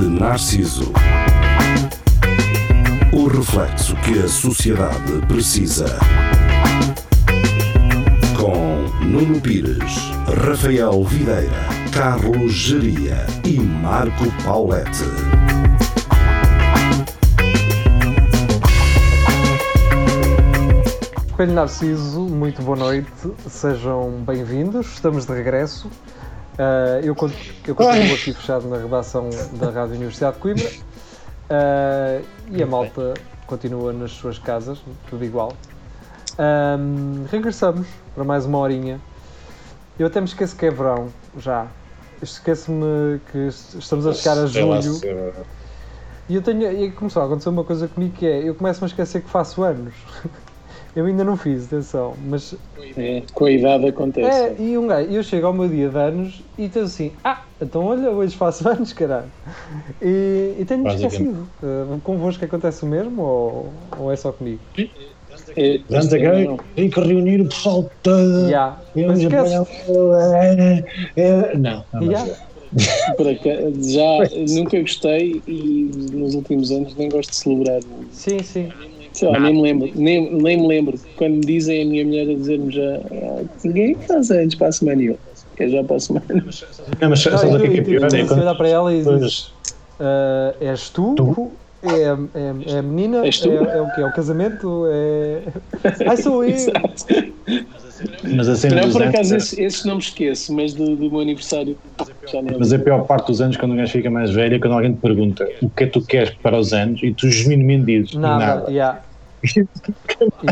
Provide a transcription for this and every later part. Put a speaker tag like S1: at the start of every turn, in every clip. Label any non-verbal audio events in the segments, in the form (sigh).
S1: Narciso. O reflexo que a sociedade precisa. Com Nuno Pires, Rafael Videira, Carlos Geria e Marco Paulette.
S2: Espelho Narciso, muito boa noite, sejam bem-vindos, estamos de regresso. Ah, eu, con- eu continuo aqui fechado na redação da Rádio Universidade de Coimbra Ah, e a malta continua nas suas casas, tudo igual. Ahm, regressamos para mais uma horinha. Eu até me esqueço que é verão, já. Esqueço-me que est- estamos a chegar a
S3: Sei lá
S2: julho.
S3: se eu-
S2: E eu tenho. E começou a acontecer uma coisa comigo que é: eu começo a esquecer que faço anos. (laughs) Eu ainda não fiz, atenção, mas.
S3: É, com a idade acontece.
S2: É, e um gajo, eu chego ao meu dia de anos e estou assim: ah, então olha, hoje faço (laughs) anos, caralho. E, e tenho-me
S3: Basicamente.
S2: esquecido. Uh, convosco acontece o mesmo ou, ou é só comigo?
S3: É,
S4: Vamos
S3: este ano
S4: agora,
S3: não.
S4: tem que reunir o pessoal todo.
S2: Já. Mas
S4: Vamos
S2: esquece.
S4: apanhar- É, é, Não, não,
S2: Já.
S3: Por aca- Já
S4: (laughs)
S3: nunca gostei e nos últimos anos nem gosto de celebrar.
S2: Sim, sim.
S3: Sei lá, nem me lembro. Nem, nem me lembro. Quando me dizem a minha mulher a dizer-me já. "Ah, Ninguém faz antes para a semana e eu. Que é já para a semana.
S4: não, mas sabes
S2: Não,
S4: o que é que é
S2: eu- eu-
S4: pior? É
S2: eu- eu
S4: quando
S2: olhar para ela e diz:
S4: depois-
S2: ah, és tu?
S4: Tu?
S2: É, é, é a menina?
S3: És tu?
S2: É, é o quê? É o casamento? É. Ai, sou eu!
S3: (laughs) Exato.
S4: Mas a cena
S3: Não,
S4: dos
S3: por acaso,
S4: anos-
S3: esse, esse não me esqueço, mas do, do meu aniversário já nem
S4: Mas a pior parte dos anos, quando um gajo fica mais velho, é quando alguém te pergunta o que é que tu queres para os anos e tu genuinamente dizes
S2: Nada,
S4: nada.
S2: já.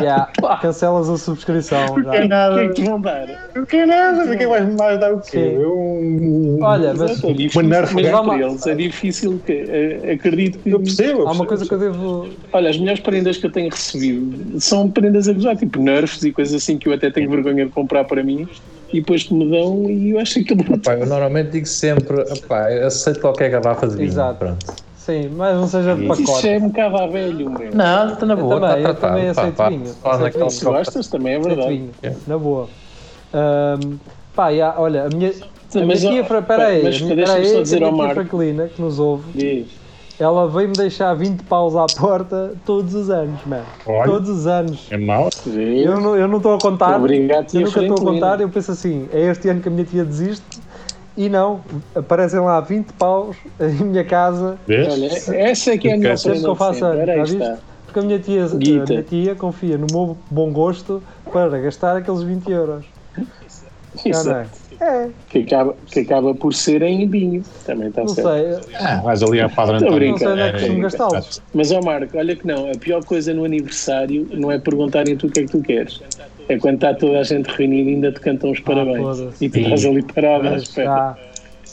S2: Já. Cancelas a subscrição. já.
S3: O que é que te vão dar?
S4: O que é nada? O que é que vais-me mais dar o quê?
S2: Sim.
S4: Eu-
S2: Olha, mas
S3: Exato, é difícil,
S4: Maneiro
S3: mas
S2: arrogante.
S3: para eles é difícil, que, eh, acredito que...
S4: Eu percebo. eu
S2: há uma
S4: percebo.
S2: coisa que eu devo.
S3: Olha, as melhores prendas que eu tenho recebido são prendas a gozar, tipo nerfs e coisas assim que eu até tenho vergonha de comprar para mim e depois que me dão e eu acho aquilo brutal.
S5: Pá, eu normalmente digo sempre, opá, eu aceito qualquer garrafa de vinho.
S2: Exato.
S5: Pronto.
S2: Sim, mas não seja de
S3: Isso já
S2: pacote.
S3: é um bocado à velho, meu.
S5: Não, está na
S2: Eu
S5: boa,
S2: também,
S5: está
S2: eu
S5: tratado.
S2: também aceito
S5: pá,
S2: vinho,
S5: Pá,
S2: aceito
S5: naquela
S2: vinho.
S3: Se gostas também é verdade.
S2: Vinho, Na boa. Ahm, pá, já, olha, a minha. A minha
S3: Mas,
S2: tia,
S3: ó,
S2: fra- peraí,
S3: mas
S2: a minha,
S3: deixa-me
S2: peraí,
S3: só
S2: a
S3: dizer
S2: minha
S3: ao
S2: tia
S3: Marco.
S2: Franklina, que nos ouve,
S3: Diz.
S2: ela veio-me deixar 20 paus à porta todos os anos, mano.
S4: Olha.
S2: Todos os anos.
S4: É mau?
S3: Vê.
S2: Eu não eu não estou a contar.
S3: Obrigado, tia
S2: eu nunca estou a
S3: Franklina.
S2: contar. Eu penso assim: é este ano que a minha tia desiste. E não, aparecem lá 20 paus em minha casa.
S4: Vês?
S3: Olha, essa é que é a melhor
S4: Sempre
S3: prenda
S2: que eu faço
S3: de sempre.
S2: anos, já
S3: Ora, aí
S2: viste?
S3: está.
S2: Porque a minha tia, a
S3: Guita.
S2: minha tia confia no meu bom gosto para gastar aqueles 20 euros. Já não
S3: Isso,
S2: é? É,
S3: que, acaba, que acaba por ser em vinho. Também está
S2: não
S3: certo.
S2: sei.
S4: Ah, vais ali à Padre
S3: Estou a
S4: António.
S2: Não sei onde é
S3: brincar.
S2: que costumo
S3: É,
S2: gastá-los.
S3: Mas ó Marco, olha que não, a pior coisa no aniversário não é perguntarem-te o que é que tu queres. É quando está toda a gente reunida e ainda te cantam os parabéns.
S2: Ah, foda-se.
S3: E tu estás ali parado à
S2: Mas
S3: espera.
S2: já.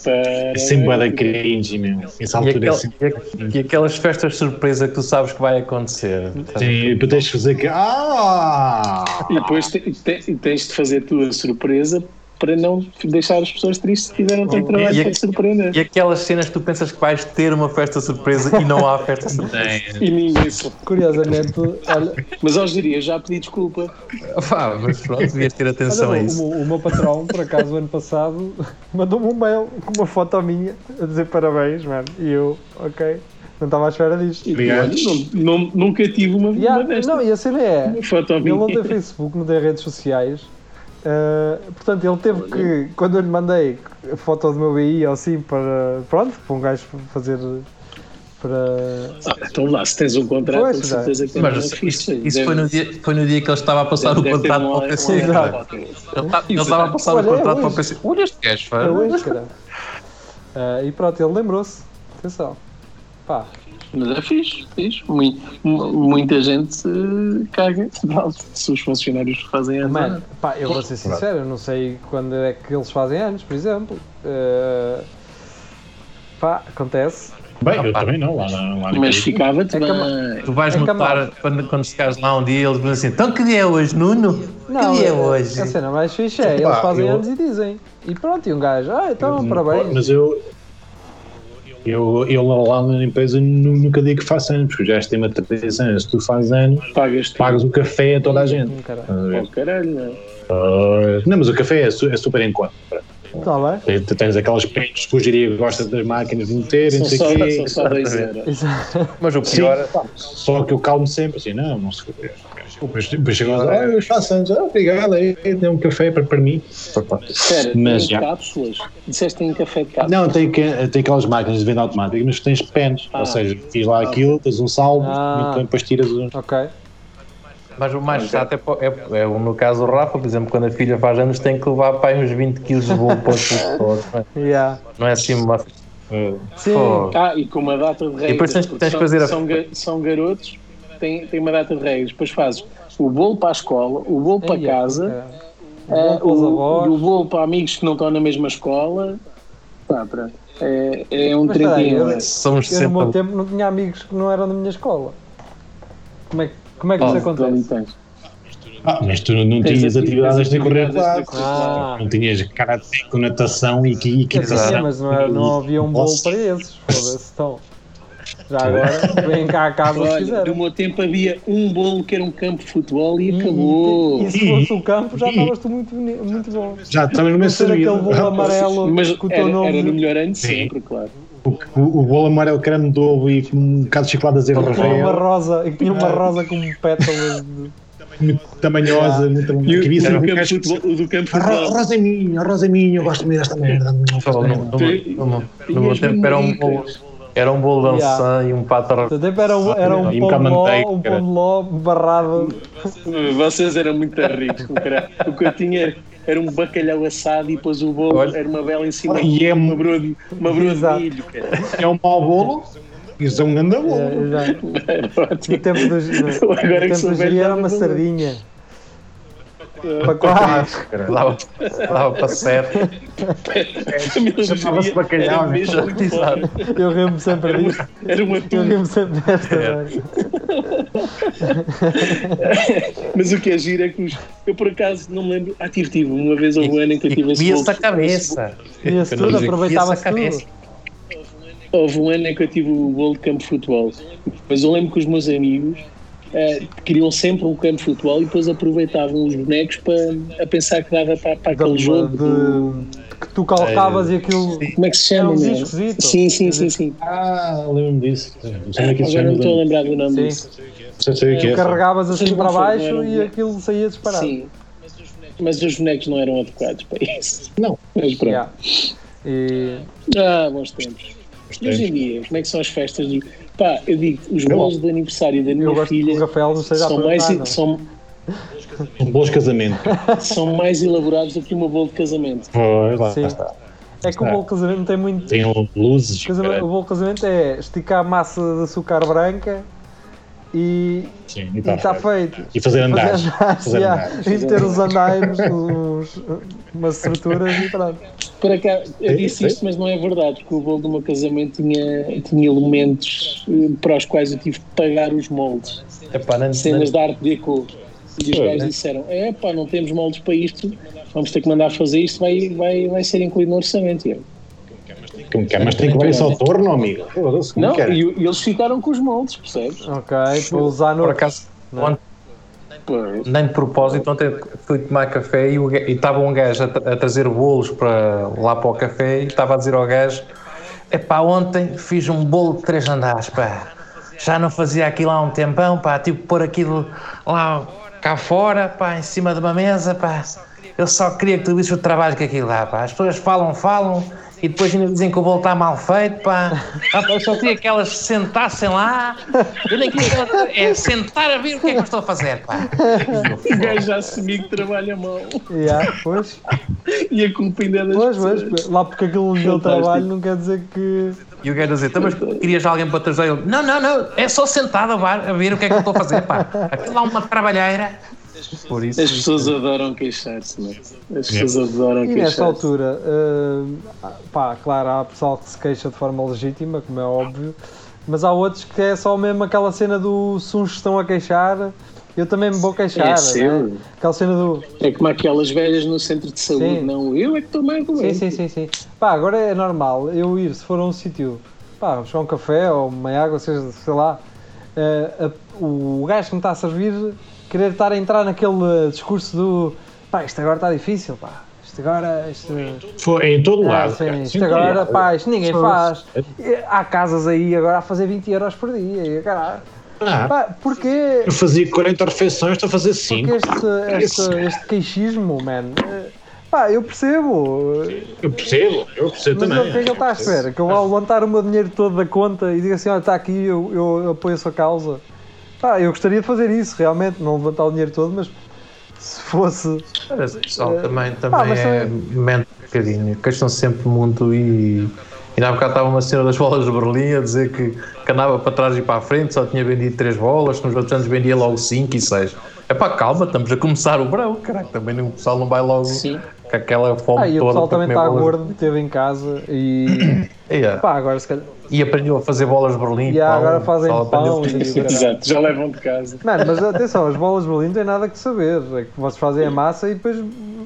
S4: É sempre é da cringe, meu. Essa
S5: E,
S4: altura é
S5: aquel-
S4: sempre.
S5: e- e aquelas festas surpresa que tu sabes que vai acontecer.
S4: Sim, tu tens de fazer que. Ah!
S3: E depois te- te- tens de fazer tu a surpresa para não deixar as pessoas tristes que fizeram o teu trabalho
S5: e-
S3: para te surpreender.
S5: E aquelas cenas que tu pensas que vais ter uma festa surpresa e não há festa surpresa.
S3: E ninguém se.
S2: Curiosamente, olha,
S3: Mas aos diria, já pedi desculpa.
S5: (laughs) Pá, mas pronto, devias ter atenção a
S2: olha,
S5: isso.
S2: o, o meu patrão, por acaso, o ano passado, (laughs) mandou-me um mail com uma foto minha a dizer parabéns, mano. E eu, ok, não estava à espera disto.
S3: E tu,
S4: Obrigado.
S3: olha, não- não- nunca tive uma,
S2: E há-
S3: uma desta.
S2: não, e a cena é.
S3: Uma foto a
S2: Ele não tem
S3: minha.
S2: Facebook, não tem redes sociais. Ah, portanto, ele teve que, quando eu lhe mandei a foto do meu BI ou assim para, pronto, para um gajo fazer para...
S3: Ah, então lá, se tens um contrato,
S2: Pois,
S3: com
S2: já.
S3: certeza que
S5: Mas
S3: não é
S5: isso,
S3: fixe.
S5: isso- isso
S3: Deve-
S5: foi, no dia, foi no dia que ele estava a passar o
S3: deve ter
S5: contrato
S3: um-
S5: para o
S3: um-
S5: PC.
S2: Exato.
S5: cara. é? Ele tá- ele estava a passar o
S2: Olha, é
S5: contrato para o
S2: hoje.
S5: PC. Olha este gajo, pá.
S2: para hoje, caralho. Ah, e pronto, ele lembrou-se. Atenção. Pá,
S3: Mas é fixe, fixe. Mu- mu- Muita gente eh, caga se os funcionários fazem a
S2: mano,
S3: mano.
S2: pá, eu vou ser sincero, eu não sei quando é que eles fazem anos, por exemplo. Ah, pá, acontece.
S4: Bem, eu
S5: pá.
S4: também não, lá na lá na
S3: Mas
S4: Caribe.
S3: ficava-te
S2: É que
S3: bem.
S2: a
S5: Tu vais
S2: É que a
S5: notar quando, quando chegares lá um dia, eles vão assim: então que dia é hoje, Nuno? que dia é hoje?
S2: eh, A cena mais fixe é,
S4: Opa,
S2: eles fazem
S4: eu-
S2: anos e dizem. E pronto, e um gajo, ah, então, parabéns.
S4: Mas eu. Eu, eu lá na empresa nu- nunca digo que faço anos, porque já estima 3 anos. Se tu fazes anos,
S3: Pagas-te.
S4: pagas o café a toda a gente.
S2: Hum, caralho.
S4: Estás a ver?
S3: Oh, caralho. não.
S4: Ah, Não, mas o café é, su- é super em conta. pronto.
S2: Está Tá bem?
S4: Tu tens aquelas pentes que o Jiria gosta das máquinas de meter,
S3: São
S4: não sei
S3: só,
S4: o quê.
S3: são só 2-0.
S2: Exato.
S5: Mas o
S4: Sim,
S5: pior,
S4: pá, só que eu calmo sempre assim, não, não se Depois depois chegam a dizer, ah, eu faço anos, ah, obrigado, aí, dê um café para, para mim. Pá, pá.
S3: Espera,
S4: Mas
S3: tem
S4: já.
S3: cápsulas? Disseste em café de cápsulas?
S4: Não, tem, que- tem aquelas máquinas de venda automática, mas tens pens,
S3: Ah.
S4: ou seja, fiz lá aquilo, tens um salvo,
S2: Ah.
S4: então depois tiras o.
S2: Ok.
S5: mas o mais chato é, po- é, é o meu caso, o Rafa, por exemplo, quando a filha faz anos, tem que levar para aí uns 20 quilos de bom para o todo, não é?
S2: Yeah.
S5: Não é assim uma.
S2: Sim.
S5: Pô,
S3: Ah, e com uma data de regras.
S5: depois tens-
S3: porque
S5: tens
S3: são,
S5: que fazer a-
S3: são, ga- são garotos, tem, tem uma data de regras. Depois fazes o bolo para a escola, o bolo para
S2: Ei,
S3: casa,
S2: é.
S3: ah,
S2: bolo para os avós.
S3: o, o bolo para amigos que não estão na mesma escola. Pá, pronto. É, é um
S2: Mas espera aí,
S3: trentinho.
S2: eu-
S5: somos
S2: Eu no meu
S5: sempre.
S2: tempo não tinha amigos que não eram da minha escola. Como é, que- como é que isso
S3: ali
S2: acontece?
S3: tens.
S4: Ah, mas tu não, não
S3: Tens
S4: tinhas
S3: ati-
S4: atividades
S3: tens
S4: de correr
S3: atividades
S4: lá.
S3: de correr lá.
S2: Ah,
S4: Não tinhas karate, natação e qui-
S2: eu tinha,
S4: equitação.
S2: é, mas não, era- não havia um bolo para esses. Foda-se, então. Já agora, vêm cá a casa se
S3: Olha, no
S2: quiserem.
S3: meu tempo havia um bolo que era um campo de futebol e acabou.
S2: Hum, E se fosse o campo, já estavas tu muito, boni- muito bom.
S4: Já estamos
S2: Não
S4: numa
S2: ser aquele
S4: servida.
S2: bolo é amarelo
S3: Mas
S2: com o teu
S3: era, era do
S2: nome.
S3: melhor ano
S4: Sim.
S3: sempre, claro.
S4: O, o, o bolo amarelo creme de ovo e com um bocado de chocolate a dizer
S2: Com uma
S4: Rafael,
S2: rosa, e que tinha uma rosa com um pétalas de.
S4: muito tamanhosa, muito
S3: E o,
S4: tamanhosa. Queria
S3: o
S4: ser
S3: do
S4: um
S3: campo de
S4: gajo-
S3: futebol, o do campo de
S4: A ro- a (laughs)
S3: futebol
S4: rosa é minha, a rosa é minha, eu gosto de comer esta merda.
S5: No, no, no, meu- no meu tempo era um bolo, era um bolo de maçã e um pato de
S2: Portanto, era um, era um
S4: E um
S2: pão de ló,
S4: manteiga,
S2: um pão
S4: cara.
S2: de ló barrado.
S3: Vocês eram muito ricos. Cara. O que eu tinha era, era um bacalhau assado e depois o bolo
S5: Olha.
S3: era uma vela em cima.
S4: E é,
S3: Uma broa de, uma broa
S2: Exato.
S3: de milho, cara.
S4: é um mau bolo, isso é um grande bolo.
S2: É, já.
S3: Era
S2: No
S3: ótimo.
S2: tempo dos.
S3: (laughs)
S2: No, no
S3: Agora é que
S2: tempo
S3: sou
S2: dos
S3: velho,
S2: giri era
S3: já
S2: uma
S3: não vou.
S2: sardinha. Pacote.
S5: dava, dava para sete.
S3: (laughs)
S4: Chamava-se bacalhau,
S3: Era
S4: né?
S3: mesmo muito
S5: Exato.
S3: bom.
S2: Eu rimo sempre
S3: Era,
S2: disto.
S3: uma- (laughs) era uma
S2: Eu
S3: turma.
S2: rimo sempre desta.
S5: É.
S2: velho.
S3: Mas o que é giro é que os- eu por acaso não me lembro. Ah, tive, tive. Uma vez ao ano em que eu tive
S5: E
S3: esse bolo.
S5: comia-se a cabeça.
S2: Comia-se tudo, aproveitava-se
S5: Comia-se a
S2: tudo.
S3: Houve um ano em que eu tive o bolo de campo de futebol. Mas eu lembro que os meus amigos eh, queriam sempre um campo de futebol e depois aproveitavam os bonecos para a pensar que dava para, para
S2: Da-
S3: aquele jogo. do-
S2: de- que tu calcavas e aquilo.
S3: Como é que se
S2: Eram
S3: chama?
S2: os
S3: né?
S2: discos,
S3: Sim, sim, sim, sim.
S4: Ah, lembro-me disso. Não sei como é que isso
S3: Agora
S4: chama,
S3: não estou a
S4: não
S3: lembrar do nome
S2: Sim.
S3: disso.
S4: sei o que
S2: Tu
S4: é.
S2: carregavas assim
S3: Sim,
S2: para
S3: não foi,
S2: baixo
S3: não
S2: e
S3: era.
S2: aquilo saía disparado.
S3: Sim. Mas os bonecos não eram adequados para isso.
S4: Não.
S3: Mas pronto.
S2: Yeah. E
S3: Ah, bons tempos. E hoje em dia, como é que são as festas? Do... Pá, eu digo, os bolos de aniversário da
S2: eu
S3: minha
S2: gosto que o
S3: filha
S2: Rafael não seja a
S3: são mais,
S2: perguntar. não. é?
S3: são,
S4: Um bolo de (laughs) casamento.
S3: são mais elaborados do que uma bolo de casamento.
S4: Pois lá
S2: Sim.
S4: Ah, está.
S2: É que o bolo de casamento não tem muito.
S4: Tem um luzes.
S2: Casamento- o
S4: caralho.
S2: bolo de casamento é esticar a massa de açúcar branca e
S4: Sim, e
S2: e está
S4: está
S2: feito.
S4: E fazer andares.
S2: Fazer andares,
S4: Fazer
S2: yeah.
S4: andares.
S2: E ter os andaimes, uns, umas estruturas e pronto.
S3: Por acaso, eu
S4: Sim,
S3: disse
S4: sim.
S3: isto, mas não é verdade, porque o bolo do meu casamento tinha, tinha elementos eh, para os quais eu tive que pagar os moldes.
S5: Epá, não,
S3: Cenas
S5: não,
S3: da arte deco. E os
S4: Foi,
S3: gajos
S4: né?
S3: disseram: é pá, não temos moldes para isto, vamos ter que mandar fazer isto, vai, vai, vai ser incluído no orçamento. E eu,
S4: Como que é? Mas tem que levar isso ao torno, amigo. Foda-se, como
S3: não,
S4: que é? era?
S3: e, e eles ficaram com os moldes, percebes?
S2: Ok, vou usar no.
S5: por acaso,
S3: Pois.
S5: nem de propósito, ontem fui tomar café e o ga- e estava um gajo a, tra- a trazer bolos para, lá para o café e estava a dizer ao gajo: Epá, ontem fiz um bolo de três andares, pá. Já não fazia aquilo há um tempão, pá. Tipo, pôr aquilo lá cá fora, pá, em cima de uma mesa, pá. Eu só queria que tu visse o trabalho que aquilo dá, pá. As pessoas falam, falam e depois ainda dizem que o bolo está mal feito, pá. Ah, pá, Eu só queria que elas se sentassem lá. Eu nem queria que elas... É sentar a ver o que é que eu estou a fazer, pá.
S3: O gajo já assumia que trabalha mal
S2: Yeah, pois,
S3: e a culpa ainda é das
S2: pois,
S3: pessoas.
S2: pois. Lá porque aquilo lhe deu
S3: Fantástico.
S2: trabalho não quer dizer que.
S5: E o gajo a dizer, então, mas querias alguém para te ajudar? Ele, não, não, não, é só sentado a ver, a ver o que é que eu estou a fazer, pá. Aquilo lá é uma trabalheira. Por isso,
S3: As pessoas adoram queixar-se, não é? As pessoas adoram
S2: E nesta
S3: queixar-se.
S2: altura, ah, pá, claro, há pessoal que se queixa de forma legítima, como é óbvio, mas há outros que é só mesmo aquela cena do se uns estão a queixar, eu também me vou queixar.
S3: É
S2: né?
S3: seu.
S2: Aquela cena do.
S3: É como aquelas velhas no centro de saúde,
S2: Sim.
S3: não. Eu é que estou mais
S2: Sim,
S3: doente.
S2: sim, sim, sim. Pá, agora é normal eu ir, se for a um sítio, pá, buscar um café ou uma água, seja, sei lá, eh, a- o gajo que me está a servir querer estar a entrar naquele eh, discurso do pá, isto agora está difícil, pá. Isto isto agora, isto,
S4: Foi em todo
S2: ah,
S4: lado.
S2: sim,
S4: cara,
S2: isto
S4: em todo
S2: agora,
S4: lado.
S2: pá, isto ninguém
S4: Só-
S2: faz. Há casas aí agora a fazer 20 euros por dia, e caralho.
S4: Ah,
S2: Pá, porquê,
S4: eu fazia 40 refeições, estou a fazer
S2: porque
S4: 5.
S2: este, este, este queixismo, man? Eh, Pá, eu percebo, Eh,
S4: Eu percebo, eu percebo
S2: mas o
S4: também.
S2: que é que ele está à espera? Que eu vá levantar o meu dinheiro todo da conta e diga assim, olha, está aqui, eu, eu apoio a sua causa. Pá, eu gostaria de fazer isso, realmente, não levantar o dinheiro todo, mas se fosse...
S5: Mas isso também, também
S2: Eh, pá, mas
S5: é mente um bocadinho. Queixam sempre muito e. E na bocado estava uma senhora das bolas de Berlim a dizer que, que andava para trás e para a frente, só tinha vendido três bolas, que nos outros anos vendia logo cinco e seis. É pá, calma, estamos a começar o verão, caraca, também não- o pessoal não vai logo
S3: Sim.
S5: com aquela fome
S2: Ah, e o
S5: toda.
S2: pessoal
S5: para
S2: também
S5: comer
S2: está
S5: bolas.
S2: gordo, teve em casa e...
S5: (coughs) Yeah.
S2: Pá, agora se calhar...
S5: E aprendeu a fazer bolas de Berlim.
S2: E há,
S5: pão,
S2: agora fazem
S5: só aprendeu
S2: pão
S5: a
S4: É
S5: fazer-
S2: e...
S3: Exato, já levam de casa.
S2: Mano, mas atenção, as bolas de Berlim não têm nada que saber. É que vocês fazem a massa e depois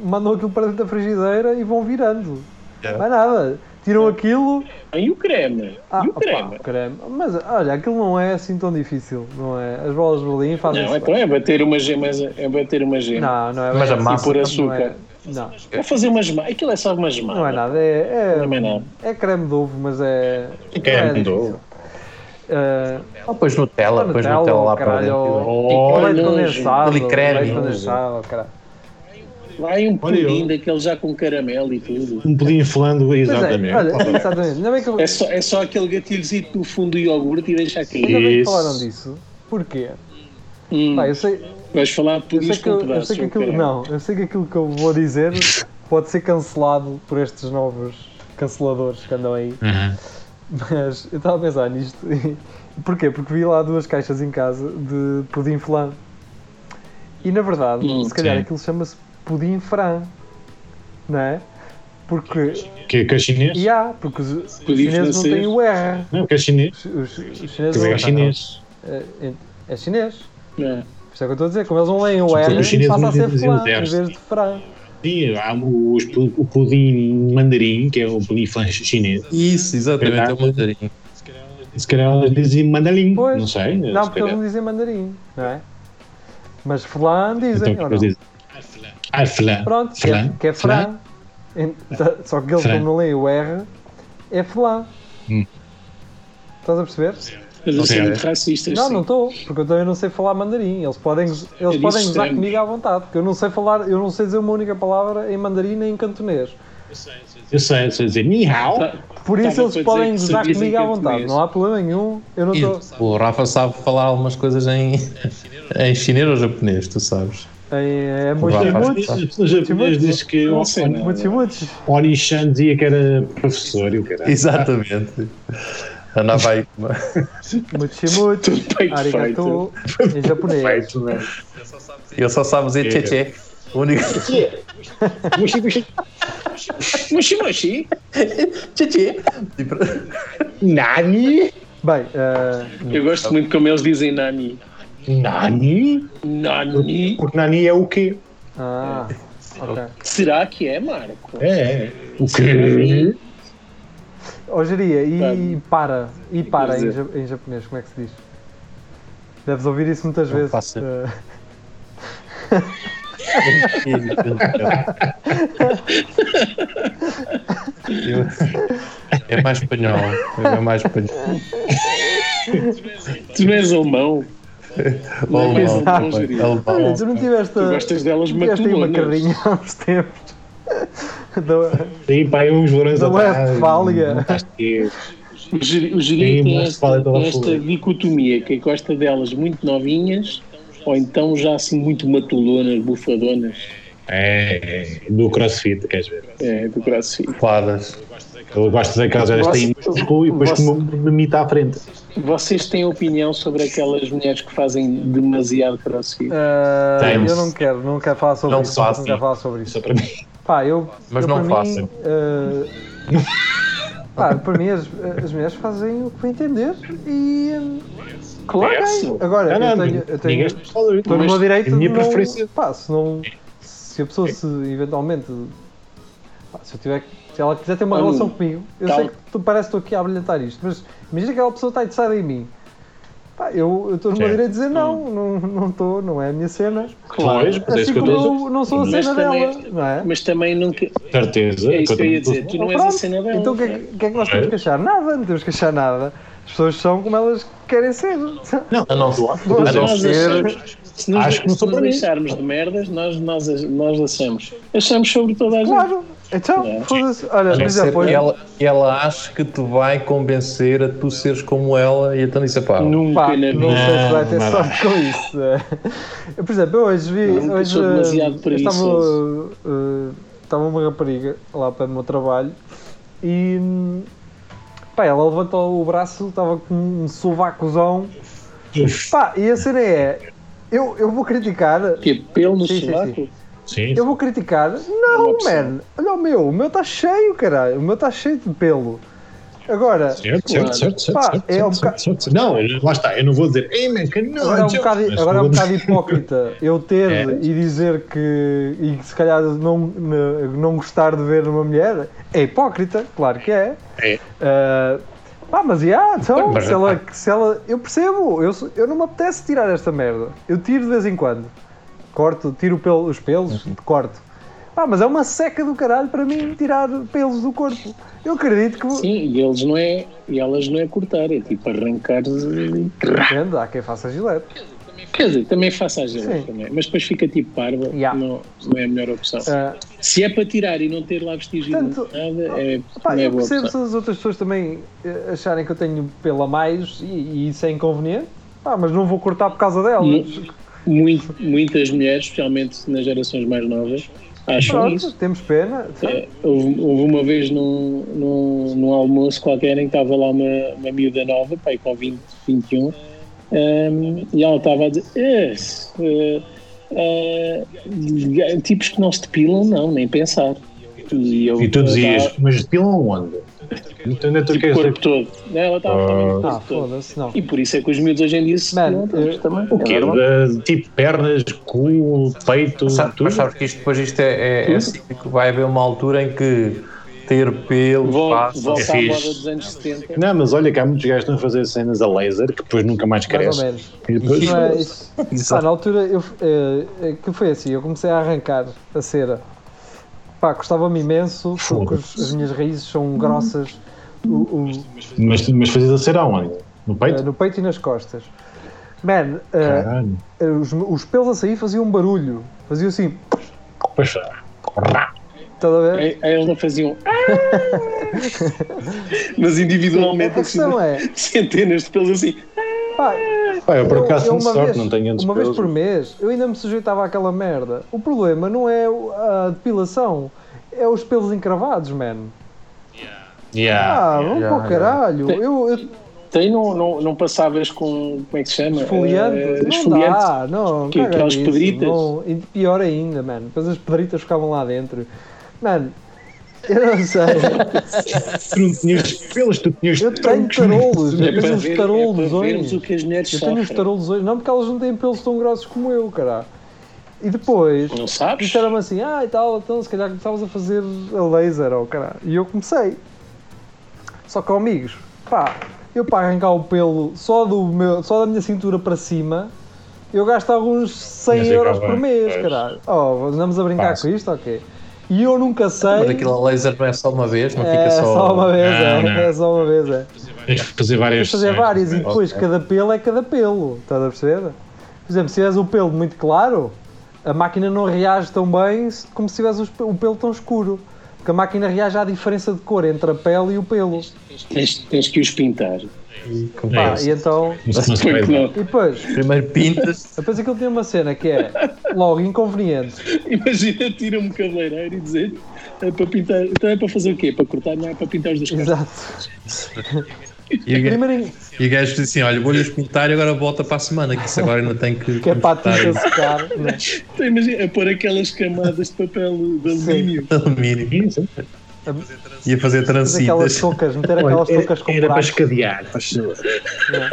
S2: mandam aquilo para dentro da frigideira e vão virando.
S4: É.
S2: Não é nada. Tiram aquilo.
S3: E o creme?
S2: Ah,
S3: e o
S2: opa,
S3: creme?
S2: creme. Mas olha, aquilo não é assim tão difícil, não é? As bolas de Berlim fazem.
S3: Não, então é bater uma gema, é bater uma gema.
S2: não, não é.
S5: Mas a
S2: bem
S5: massa-
S2: não é-
S3: E pôr açúcar.
S2: Não,
S3: É fazer uma gema. Aquilo é só uma gema.
S2: não é nada. É,
S3: Também não.
S2: é, é creme de ovo, mas é. não
S4: Creme de
S2: difícil.
S4: ovo.
S2: Ah,
S5: Ah, pois Nutella, pois
S2: Nutella,
S5: Nutella lá para
S2: caralho,
S5: dentro.
S2: ou
S4: Olha,
S2: leite
S3: nojo.
S2: condensado.
S5: Aquele creme.
S2: Leite condensado, caralho.
S3: Vai um
S4: Olha eu.
S3: pudim daquele já com caramelo e tudo.
S4: um pudim inflando,
S2: Mas
S4: exatamente.
S2: É, olha, exatamente. Ainda bem que eu-
S3: É só, é só aquele gatilhozinho no fundo do iogurte e deixa
S2: Ainda
S3: aqui.
S2: bem que
S4: Isso.
S2: falaram disso. Porquê?
S3: Hum,
S2: Pá, eu sei,
S3: vais falar de
S2: eu sei
S3: pudins
S2: que,
S3: com
S2: eu, eu sei
S3: pedaços.
S2: que aquilo,
S3: ok.
S2: não, eu sei que aquilo que eu vou dizer pode ser cancelado por estes novos canceladores que andam aí.
S4: Uhum.
S2: Mas eu estava a pensar nisto. (laughs) E, porquê? Porque vi lá duas caixas em casa de pudim flan. E na verdade,
S3: Hum,
S2: se calhar
S4: sim.
S2: aquilo chama-se pudim fran. Não é? Porque.
S4: Que, que é chinês?
S2: E há, porque os, os
S3: Pudim
S2: chineses não
S3: francês.
S2: têm o R.
S4: Não, que é chinês.
S2: Os, os- os
S4: Quer
S2: chineses
S4: dizer,
S2: não
S4: é chinês.
S2: É, é chinês.
S3: Não.
S2: Por isso é que eu estou a dizer, como eles não leem o R,
S4: Os chineses
S2: passa a
S4: não É,
S2: ser
S4: dizem
S2: flan
S4: o
S2: em
S4: R.
S2: vez de fran.
S4: Sim, há os pu- o pudim mandarim, que é o pudim flan chinês.
S5: Isso, exatamente, é
S4: Verdade.
S5: o mandarim.
S4: Se calhar elas dizem mandarim,
S2: Pois.
S4: não sei.
S2: Não,
S4: se
S2: porque eles
S4: calhar.
S2: não dizem mandarim, não é? Mas flan dizem,
S4: Então,
S2: ou
S4: eles
S2: não?
S4: dizem. Ah, flan.
S2: Pronto, que é,
S4: Flan.
S2: que é fran. Em- tá- Só que eles,
S4: Fran.
S2: como não leem o R, é flan.
S4: Hum.
S2: Estás a perceber?
S3: Mas eu sou
S4: Sim.
S3: muito racista.
S2: Não,
S3: sim.
S2: não estou, porque eu também não sei falar mandarim. Eles podem, eles
S3: disse
S2: podem gozar
S3: extremos.
S2: comigo à vontade, porque eu não sei falar, eu não sei dizer uma única palavra em mandarim nem em cantonês.
S4: Eu sei, eu sei dizer ni hao.
S5: Tá,
S2: Por isso
S3: Estava
S2: eles
S3: Tá para dizer
S2: podem
S3: que se
S2: gozar
S3: dizem
S2: comigo à
S3: cantonês.
S2: vontade, não há problema nenhum. Eu não
S5: E
S2: estou.
S5: o Rafa sabe falar algumas coisas em, em chinês ou japonês, tu sabes.
S2: É, é muito,
S5: Vai, vai.
S2: muito,
S4: O japonês diz que é o
S3: Não sei nada.
S2: muito, muito.
S4: Onishan dizia que era professor e o caralho.
S5: Exatamente. Andava aí. com uma-
S2: Muchimuchi,
S3: Tudo bem feito.
S2: arigato, em japonês.
S4: Perfeito, né?
S5: Ele só sabe dizer tchê tchê. O único.
S4: Mushi, mushi.
S3: Moshi, moshi.
S5: Tchê tchê. Tipo,
S4: Nani?
S2: Bem, eh,
S3: Eu gosto muito como eles dizem nani.
S4: Nani?
S3: Nani?
S4: Porque Nani é o quê?
S2: ah, ok.
S3: Será que é, Marco?
S4: É, é. O quê?
S2: Ó, Jeria, e para, e para em,
S3: dizer?
S2: ja- em japonês, como é que se diz? Deves ouvir isso muitas vezes.
S5: faço.
S2: eh,
S5: Eu- É mais espanhol. É mais espanhol.
S3: Tu não és alemão.
S5: Ou
S3: Não é mais
S5: alemão.
S3: alemão, diria.
S5: Alemão.
S2: olha, (laughs) tu não tiveste,
S3: Tu gostas delas
S2: tiveste aí uma
S3: matulanas.
S2: carrinha há uns tempos. (laughs) Então, Da-
S4: Tem pá, aí uns valores
S2: Da
S4: atrás,
S2: Westfália.
S4: não tá faz quê.
S3: O geri- o
S4: Sim,
S3: gerente tem
S4: mas fala
S3: esta,
S4: toda
S3: tem esta
S4: fúria.
S3: dicotomia, que gosta delas muito novinhas, ou então já assim muito matulonas, bufadonas,
S4: É, é, do crossfit, queres ver?
S3: é, do CrossFit.
S5: Faladas.
S4: Ele gosta daquelas horas que têm músculo e depois
S3: Você-
S4: me mamita à frente.
S3: Vocês têm opinião sobre aquelas mulheres que fazem demasiado CrossFit?
S2: eh,
S4: Tens.
S2: eu não quero, não quero falar sobre
S5: Não
S2: isso.
S5: faço.
S2: Não quero falar sobre isso.
S4: Só é para mim.
S2: Pá, eu.
S5: Mas
S2: eu,
S5: não
S2: para
S5: façam.
S2: Mim, eh, pá, para mim, as, as mulheres fazem o que entender e. hum, Claro!
S4: É
S2: É,
S3: Yes.
S2: Agora, eu
S4: Caramba,
S2: tenho. Eu
S4: Ah, ninguém
S2: tenho
S4: está a falar.
S2: estou no
S4: Mas é
S2: meu direito
S4: a minha
S2: de não.
S4: preferência.
S2: Pá, se não. Se a pessoa se eventualmente. pá, se eu tiver. que- Se ela quiser ter uma
S3: Olha,
S2: relação comigo, eu
S3: tal-
S2: sei que tu, parece que estou aqui a abrilhantar isto, mas imagina que aquela pessoa está interessada em mim. Pá, eu eu estou no meu
S4: Sim.
S5: Hum.
S2: direito de dizer não, não não estou, não é a minha cena. Claro.
S4: Pois, mas é isso
S2: assim
S4: que eu
S2: como
S4: estou a
S2: eu não sou a
S3: Mas
S2: cena
S3: também-
S2: dela, não é?
S3: Mas também nunca.
S4: dizer. Certeza.
S3: É isso que eu ia
S4: estou-
S3: dizer. Tu não és assim a
S2: Pronto,
S3: cena dela.
S2: Então o que, é, que- o que é que nós temos que achar? Nada, não temos que achar nada. As pessoas são como elas querem ser.
S4: Não,
S5: A não, a
S4: Mas
S5: não
S4: nós
S5: ser.
S4: achamos-
S3: Se nos,
S4: Acho que não
S3: se
S4: sou
S3: nos
S4: para mim.
S3: deixarmos de merdas, nós, nós, nós achamos. Achamos sobre toda a gente.
S2: Claro, então,
S3: Não.
S2: foda-se. Olha,
S5: a não
S2: mas é já
S5: ser
S2: foi.
S5: que ela, ela acha que te vai convencer a tu seres como ela e então disse: pá,
S3: Nunca
S2: Pá,
S3: na
S2: é não é
S3: vida.
S2: sei se vai ter
S4: Não,
S2: sorte com isso. Eu, Por exemplo, eu hoje vi.
S3: Não,
S2: hoje,
S3: sou demasiado
S2: eh,
S3: preguiçoso.
S2: estava, eh, estava uma rapariga lá perto do meu trabalho e. hum, Pá, ela levantou o braço, estava com um sovacozão. Pá, e a cena é. Eu, eu vou criticar.
S3: Que Tipo, pelo no
S2: Sim, sim,
S3: sovaco?
S4: Sim,
S2: Eu vou criticar.
S3: é uma
S2: Não,
S3: opção.
S2: man. Olha o meu. O meu está cheio, caralho. O meu está cheio de pelo. Agora.
S4: Certo, certo, certo, certo,
S2: Pá,
S4: certo,
S2: é
S4: certo,
S2: um
S4: certo, certo. Não, eu- lá está, eu não vou dizer, ei, man, que não,
S2: Agora é um
S4: Joe."
S2: bocado,
S4: Mas
S2: agora é um
S4: vou-
S2: bocado hipócrita eu ter
S4: É.
S2: e dizer que. e que se calhar não, n- não gostar de ver uma mulher é hipócrita, claro que é.
S4: É.
S2: Ah, pá, mas já, então,
S5: Mas-
S2: se, ela, se ela. Eu percebo, eu, sou- eu não me apetece tirar esta merda. Eu tiro de vez em quando. Corto, tiro pelo, os pelos,
S4: Uhum.
S2: corto. Pá, mas é uma seca do caralho para mim tirar pelos do corpo. Eu acredito que.
S3: Sim, e eles não é. E elas não é cortar, é tipo arrancar. de-
S2: Depende, há quem faça gilete.
S3: Quer dizer, também é faça a gelo
S2: Sim.
S3: também. Mas depois fica tipo parva,
S2: Yeah.
S3: não, não é a melhor opção.
S2: Ah,
S3: Se é para tirar e não ter lá vestígio
S2: Portanto,
S3: de nada, é,
S2: Pá,
S3: não é
S2: eu
S3: boa
S2: percebo
S3: opção.
S2: se as outras pessoas também eh, acharem que eu tenho pela mais e, e isso é inconveniente. Pá, mas não vou cortar por causa delas.
S3: Muito- muitas mulheres, especialmente nas gerações mais novas, acham
S2: Pronto,
S3: isso.
S2: temos pena. tá?
S3: É, houve, houve uma vez num, num, num almoço qualquer em que estava lá uma, uma miúda nova, pai com 20, 21, ehm, um, e ela estava a dizer: "Es, eh, eh, ga- tipos que não se depilam, não, nem pensar. E, eu,
S4: E tu
S3: eu
S4: dizias,
S2: Tá.
S3: estava-
S4: mas de lá onde? Então, é tu
S3: tipo,
S4: queres
S3: corpo todo. Não, ela estava a falar do
S2: Ah,
S3: corpo todo.
S2: foda-se, não.
S3: E por isso é que os miúdos hoje em dia se
S2: Man,
S3: não,
S2: eh,
S3: também.
S4: O quê?
S3: É normal.
S4: Uh, tipo pernas, cu, peito,
S5: Sabe-
S4: tudo?
S5: Mas sabes que isto, depois isto é, é, é cíclico. Vai haver uma altura em que ter pelo
S3: Vol-
S5: passa.
S3: Volta à
S4: fixe.
S3: moda dos anos 70.
S4: Não, mas olha que há muitos gajos que estão a fazer cenas a laser que depois nunca mais
S2: Mais ou
S4: crescem.
S2: menos.
S4: E depois,
S2: Não é isso.
S5: Isso.
S2: Pá, na altura, eu, eh, eh, que foi assim, eu comecei a arrancar a cera. Pá, custava-me imenso, porque os- as minhas raízes são grossas o- o-
S4: mas, mas fazias a ser aonde? No
S2: eh,
S4: peito?
S2: no peito e nas costas. Man, eh,
S4: Caralho.
S2: os, os pelos a sair faziam um barulho. Faziam assim,
S4: Pois é. foi.
S2: estás a ver?
S3: Aí aí É, eles não faziam. "Ah!" Mas individualmente,
S2: A
S3: assim,
S2: questão é,
S3: centenas de pelos assim.
S2: pá,
S4: Pá, eu por
S2: eu-
S4: acaso
S2: eu
S4: tenho
S2: uma
S4: sorte,
S2: vez-
S4: não tenho antes
S2: uma vez
S4: pelos.
S2: por mês eu ainda me sujeitava àquela merda. O problema não é o- a depilação, é os pelos encravados, man.
S4: Yeah.
S2: Ah, vão
S5: yeah,
S2: para o
S5: yeah.
S2: caralho. Eu, eu
S3: eh, Tem, Então, não, não, não passavas com. Como é que se chama?
S2: esfoliante,
S3: Eh,
S2: não
S3: esfoliante.
S2: dá, não.
S3: Que-
S2: caga
S3: aquelas
S2: nisso,
S3: pedritas?
S2: não. E pior ainda, man. Depois as pedritas ficavam lá dentro. Man, (laughs) eu não sei.
S4: Tu não tinhas pelos, tu tinhas
S3: (laughs)
S2: Eu tenho
S4: troncos.
S2: tarolos,
S3: É
S2: eu
S3: para
S2: tenho uns
S3: ver- é
S2: tarolos
S3: para vermos
S2: hoje.
S3: o que as mulheres
S2: Eu tenho uns
S3: sofrem.
S2: tarolos hoje, não porque elas não têm pelos tão grossos como eu, cara. E depois
S3: Não sabes?
S2: disseram-me assim: ah, e tal, então se calhar começavas a fazer a laser ou caralho. E eu comecei. Só que, amigos, pá, eu para arrancar o pelo só, do meu, só da minha cintura para cima, eu gasto alguns 100
S4: Mas é que
S2: euros
S4: vai,
S2: por mês,
S4: pois.
S2: caralho. Oh, andamos a brincar
S4: Fácil.
S2: com isto, ok? E eu nunca
S5: Mas
S2: sei.
S5: aquilo a laser não é só uma vez, não
S2: É
S5: fica só.
S2: só uma vez, é,
S4: Não, não.
S2: é só uma vez, é.
S4: Tens que fazer várias.
S2: fazer
S4: cenas.
S2: várias e depois cada pelo é cada pelo, estás a perceber? Por exemplo, se tiveres o pelo muito claro, a máquina não reage tão bem se- como se tivesse os pe- o pelo tão escuro. Porque a máquina reage à diferença de cor entre a pele e o pelo.
S3: Tens, tens que os pintar.
S2: Pá,
S4: É isso.
S2: e então.
S4: Isso não se
S3: Porque
S4: faz.
S3: não.
S2: E depois,
S5: Primeiro
S2: (laughs)
S5: pintas,
S2: depois aquilo tinha uma cena que é logo
S4: (laughs)
S2: inconveniente.
S3: Imagina, tira-me o cabeleireiro e dizer. É para pintar. Então é para fazer o quê? Para cortar? Não, é para pintar os dois caras.
S2: Exato.
S5: e o gajo-
S2: Primeiro, in-
S5: e o gajo diz assim: olha, vou-lhes pintar e agora volta para a semana, que isso agora ainda tem que.
S2: que é para a tinta
S5: pintar
S2: secar. né?
S3: Então imagina, a pôr aquelas camadas de papel de alumínio.
S5: (laughs) de alumínio.
S4: Sim, sim.
S5: Ia fazer
S2: Fazer aquelas
S5: transitas.
S2: tocas, meter
S4: Olha,
S2: aquelas
S4: era-
S2: tocas com
S4: Era para
S2: buracos.
S4: escadear, faz favor.
S2: né?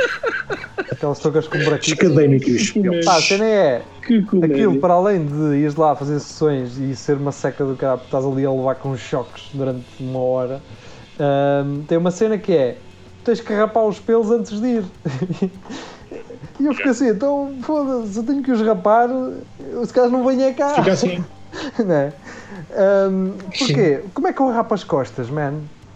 S2: Aquelas tocas com buraquinhos.
S4: Escadei-me aqui os pelos.
S2: Pá, a cena é.
S3: Que comédia.
S2: Aquilo, para além de ires lá fazer sessões e ser uma seca do caralho, porque estás ali a levar com choques durante uma hora, hum, tem uma cena que é: tens que rapar os pelos antes de ir. (laughs) E eu fico assim, então foda-se, eu tenho que os rapar, se calhar não venha cá. (laughs)
S4: Fica assim.
S2: Não é? Ahm, porquê? Como é que eu rapo as costas, man?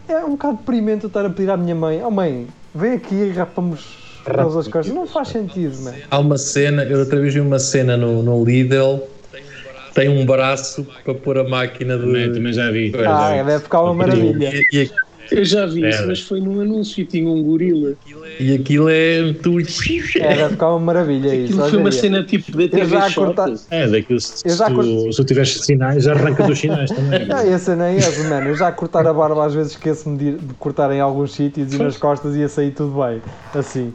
S2: É um bocado deprimente eu estar a pedir à minha mãe, oh mãe, vem aqui e rapamos nós as costas. Não faz sentido, man.
S5: Há uma cena, eu outra vez vi uma cena no, no Lidl, tem um braço para pôr a máquina do.
S4: Também, também já vi.
S5: Ah,
S4: já
S2: Ah,
S4: vi.
S2: deve ficar uma maravilha.
S5: E, e,
S3: Eu já vi isso,
S4: Merda.
S3: mas foi num anúncio e tinha um gorila.
S5: e aquilo é. Tu...
S2: É, deve ficar uma maravilha isso.
S3: Aquilo
S2: olha
S3: foi uma
S2: aí.
S3: cena tipo da TV
S2: já a
S3: Shot.
S2: cortar-
S4: É, daquilo se,
S2: Eu já
S4: se
S2: curti-
S4: tu, se tu tiveres sinais, arranca dos sinais também.
S2: Não, essa nem é, essa, mano. Eu já a cortar a barba às vezes esqueço-me de, ir- de cortar em alguns sítios e nas costas ia sair tudo bem. Assim.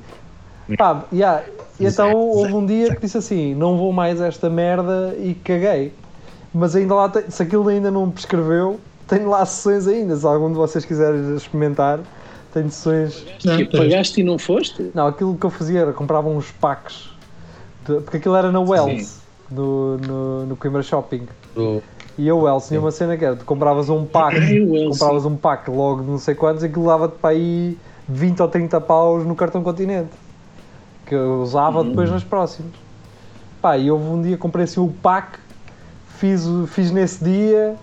S2: Pá, yeah. E então houve um dia que disse assim: não vou mais a esta merda e caguei. Mas ainda lá, tem- se aquilo ainda não me prescreveu, tenho lá sessões ainda. Se algum de vocês quiser experimentar, tenho sessões.
S3: Que pagaste e não foste?
S2: Não, aquilo que eu fazia era comprava uns packs. de- porque aquilo era na Wells, no, no, no Coimbra Shopping.
S5: Do-
S2: E eu, Wells, tinha uma cena que era: tu compravas um pack
S3: Ai, o Elcio.
S2: compravas um pack logo de não sei quantos, aquilo dava-te para aí 20 ou 30 paus no cartão continente. Que eu usava depois nas próximas. Pá, e houve um dia que comprei assim o pack, fiz, o- fiz nesse dia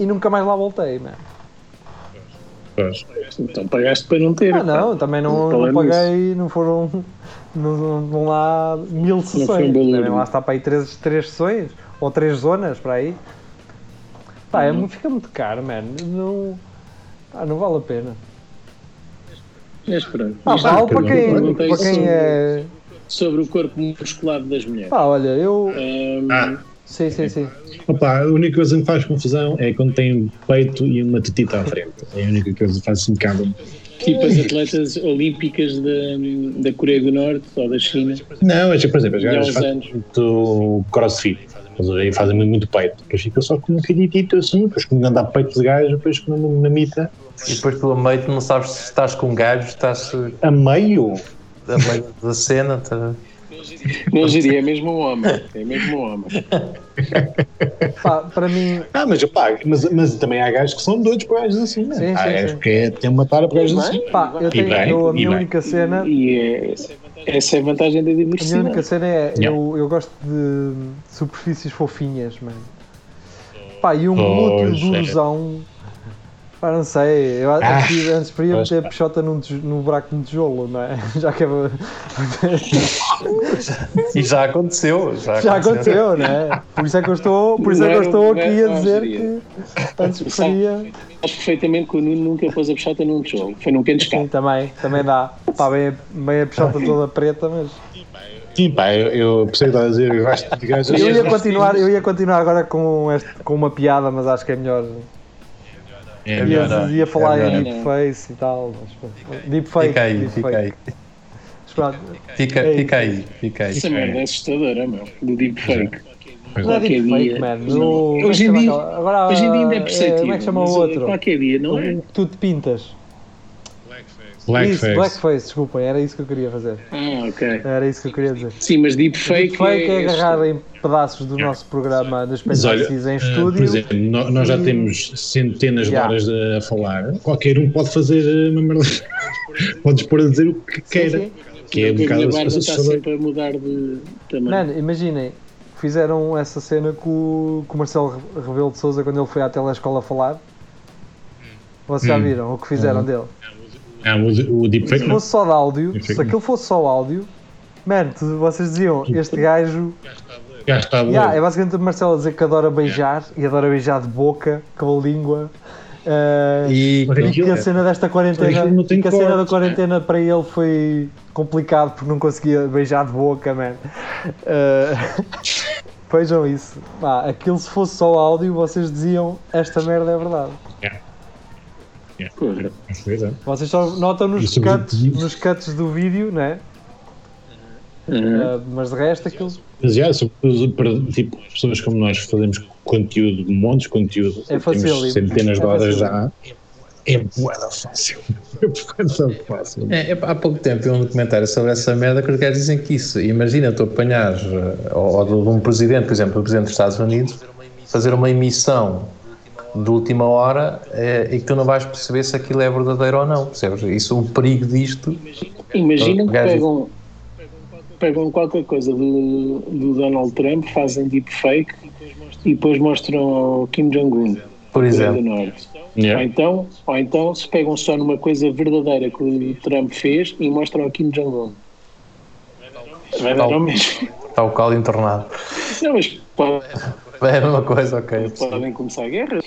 S2: e nunca mais lá voltei, mano.
S4: Pois.
S3: Então pagaste para não ter.
S2: Ah não, também não,
S3: Qual
S2: não
S3: é
S2: paguei, não foram não, não, não lá mil
S3: foi um
S2: sessões.
S3: valor.
S2: Devem lá está para aí três, três sessões ou três zonas para aí. Pá,
S4: Uhum.
S2: é mu- fica muito caro, mano. Não, ah, não vale a pena.
S3: Mas pronto.
S2: Ah,
S3: Isto
S2: vale
S3: é
S2: para quem,
S3: pergunta
S2: para quem
S3: sobre-
S2: é. Ah,
S3: Sobre o corpo musculado das mulheres.
S2: Pá, olha, eu.
S3: Ahm,
S4: Ah.
S2: Sim, sim, sim.
S4: Opa, a única coisa que me faz confusão é quando tem um peito e uma tetita à frente. É a única coisa que faz um bocado.
S3: tipo as atletas olímpicas da, da Coreia do Norte ou da China.
S4: Não, é, tipo, por exemplo, as
S3: Já há
S4: gajas
S3: uns
S4: fazem
S3: anos.
S4: muito crossfit. Mas aí fazem muito, muito peito. Depois fica só com um bocadinho assim, depois com um grande peito de gajo, depois com uma mamita
S5: E depois pelo meio tu não sabes se estás com gajos, estás eh,
S4: a meio.
S5: a
S2: (laughs)
S5: meio da cena. tá-
S3: Não diria, é mesmo um homem. É mesmo um homem.
S2: Pá, para mim.
S4: Ah, mas, opá, mas, mas também há gajos que são doidos para gajos assim, né?
S2: Sim,
S4: há
S2: sim,
S4: gajos
S2: sim.
S4: que é, têm uma tara para gajos assim.
S2: Pá, eu tenho.
S4: bem,
S2: eu- a
S4: e
S2: minha
S4: bem.
S2: única cena.
S3: E é, essa é a vantagem da
S2: A minha única
S3: diversidade.
S2: cena é.
S4: Yeah.
S2: Eu, eu gosto de superfícies fofinhas, mano. Pá, e um glúteo
S4: Pois, é.
S2: durozão. Pá, não sei. Eu
S4: Ah,
S2: aqui antes para
S4: pois,
S2: meter a
S4: pá.
S2: pichota num, tij- num buraco de tijolo, não é? (laughs) Já que é.
S5: E já aconteceu. Já,
S2: Já aconteceu, não é? Por isso é que eu estou, por isso é que eu estou aqui a dizer que antes preferia.
S3: Sabes perfeitamente que o Nuno nunca pôs a bichota num jogo. Foi num canto de
S2: Sim,
S3: escape.
S2: também, também dá. Está bem, bem a pichota toda preta, mas.
S4: Sim, pá, Tipo, ah, eu, eu percebo o que estás a dizer, eu gosto de gajos
S2: Eu ia
S4: assim.
S2: continuar, eu ia continuar agora com, este- com uma piada, mas acho que é melhor.
S4: É,
S2: Ia,
S5: melhor não.
S2: ia falar
S5: É
S2: em
S5: melhor
S3: não.
S2: deepface e tal. Mas, pronto. deepfake.
S5: Fica aí,
S2: deepfake.
S5: fica aí.
S2: Mas pronto,
S5: Fica,
S2: É
S5: fica aí, fica aí.
S3: Essa merda é assustadora, meu. Do deepfake.
S2: Não é
S3: Qualquer
S2: deepfake,
S3: dia.
S2: man.
S3: Não.
S2: No-
S3: Hoje em
S2: como é que chama
S3: dia-
S2: aquela- agora,
S3: Hoje em dia ainda é
S2: eh,
S3: perceptível.
S2: Como é que chama o
S3: mas, eh,
S2: outro?
S3: Qualquer dia, não é?
S2: O que tu te pintas. Isso,
S4: Blackface.
S2: blackface, desculpem, era isso que eu queria fazer.
S3: Ah, ok.
S2: Era isso que eu queria dizer.
S3: Sim, mas deepfake,
S2: Deepfake é agarrar em pedaços do nosso programa das
S4: Mas olha,
S2: Pensacis em
S4: eh,
S2: estúdio.
S4: por exemplo, no- nós já
S2: e-
S4: temos centenas de
S2: Já.
S4: horas de- a falar. Qualquer um pode fazer eh, uma merda. (laughs) Podes pôr a dizer o que queira.
S2: sim.
S4: Que é um
S3: Porque a minha
S4: bocado
S3: barba está
S4: assustador.
S3: sempre a mudar de tamanho.
S2: Mano, imaginem, fizeram essa cena com, o- com o Marcelo Re- Rebelo de Souza quando ele foi à telescola falar. Vocês já
S4: Hum.
S2: viram o que fizeram dele?
S4: Ah, o, o deepfake
S2: Se
S4: não.
S2: fosse só de áudio,
S4: Enfim.
S2: se aquilo fosse só áudio, mano, tu- vocês diziam, este gajo.
S4: Já está bom.
S2: Yeah, é basicamente o Marcelo a dizer que adora beijar e adora beijar de boca, com a língua. eh,
S5: E
S2: E
S4: é
S2: que a cena desta quarentena,
S4: Aquilo não tem
S2: que a cena da
S4: cortes.
S2: quarentena para ele foi complicado porque não conseguia beijar de boca, man. Uh, (laughs) vejam isso. Pá, aquilo se fosse só áudio, vocês diziam esta merda é verdade.
S3: Porra.
S4: Pois é.
S2: Vocês só notam nos
S4: Isso é
S2: cuts,
S4: muito-
S2: nos cuts do vídeo, né?
S3: Ah,
S2: Uh, mas de resto, aquilo
S4: Mas já, sobretudo para tipo, pessoas como nós que fazemos conteúdo, montes de conteúdo,
S2: É fácil,
S4: temos
S2: Lima.
S4: centenas
S2: É
S4: de horas
S2: fácil.
S4: já. É boa fácil. (laughs) É boa fácil.
S5: É, epá, há pouco tempo vi um documentário sobre essa merda que os gajos dizem que isso. Imagina tu apanhares, eh, ou, ou de um presidente, por exemplo, do presidente dos Estados Unidos, fazer uma emissão de última hora eh, e que tu não vais perceber se aquilo é verdadeiro ou não, percebes? Isso, o perigo disto.
S3: Imagina que
S5: Gajo.
S3: pegam, pegam qualquer coisa do, do Donald Trump, fazem deepfake e depois mostram ao Kim Jong-un.
S5: Por
S4: é.
S3: Coreia do
S5: exemplo. (laughs)
S3: Norte. Ou,
S4: Yeah.
S3: então, ou então se pegam só numa coisa verdadeira que o Trump fez e mostram ao Kim Jong-un. Vai dar ao mesmo.
S5: Está Tá o caldo internado.
S3: (laughs) Não, mas po-
S5: É a mesma coisa, ok.
S3: podem começar guerras.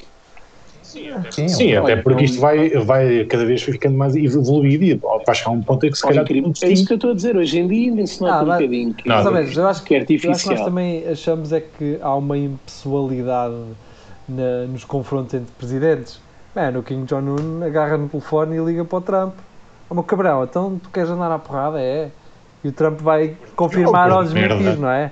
S5: Sim,
S4: Sim, até
S3: Olha,
S4: porque
S3: então-
S4: isto vai, vai cada vez ficando mais evoluído e vai chegar a um ponto em que se calhar.
S3: Olha, querido, É isso que eu estou a dizer. Hoje em dia ainda se nota
S2: Ah,
S3: um
S2: mas-
S3: bocadinho. que-
S4: Nada.
S2: Mais ou menos, eu acho que,
S3: Que é
S2: eu acho que nós
S3: artificial.
S2: também achamos é que há uma impessoalidade na- nos confrontos entre presidentes. Mano, o Kim Jong-un agarra no telefone e liga para o Trump. Ó meu cabrão, então tu queres andar à porrada? É. E o Trump vai confirmar
S4: Oh,
S2: ou desmentir,
S4: merda.
S2: não é?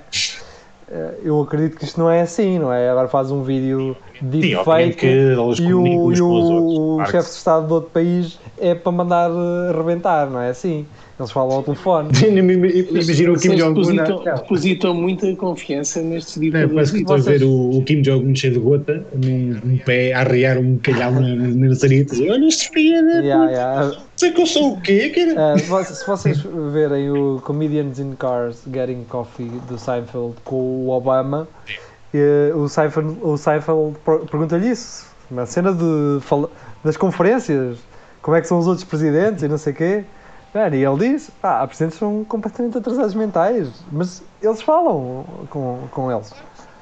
S2: Eh, Eu acredito que isto não é assim, não é? Agora faz um vídeo
S4: Sim, obviamente
S2: deepfake
S4: que elas
S2: e o,
S4: comunicam uns
S2: e
S4: com os
S2: o,
S4: outros.
S2: chefe de Estado do outro país é para mandar eh, arrebentar, não é assim? Eles falam ao telefone.
S4: (laughs) Imagina o Kim
S3: Vocês
S4: Jong-un.
S3: depositam-
S4: não é?
S3: Depositam muita confiança tipo nestes
S4: Não,
S3: ditadores.
S4: Parece que estou a ver o, o Kim Jong-un cheio de gota, num, num pé, a arrear um calhau na na maçaria e dizer: Olha, este filho, né?
S2: Yeah, yeah.
S4: sei que eu sou o quê, cara?
S2: Uh, se vo- se vocês verem o Comedians in Cars Getting Coffee do Seinfeld com o Obama, eh, o Seinfeld, o Seinfeld per- pergunta-lhe isso, na cena de fala- das conferências, como é que são os outros presidentes e não sei o quê. Mano, e ele diz, ah, há presidentes que são completamente atrasados mentais, mas eles falam com, com eles.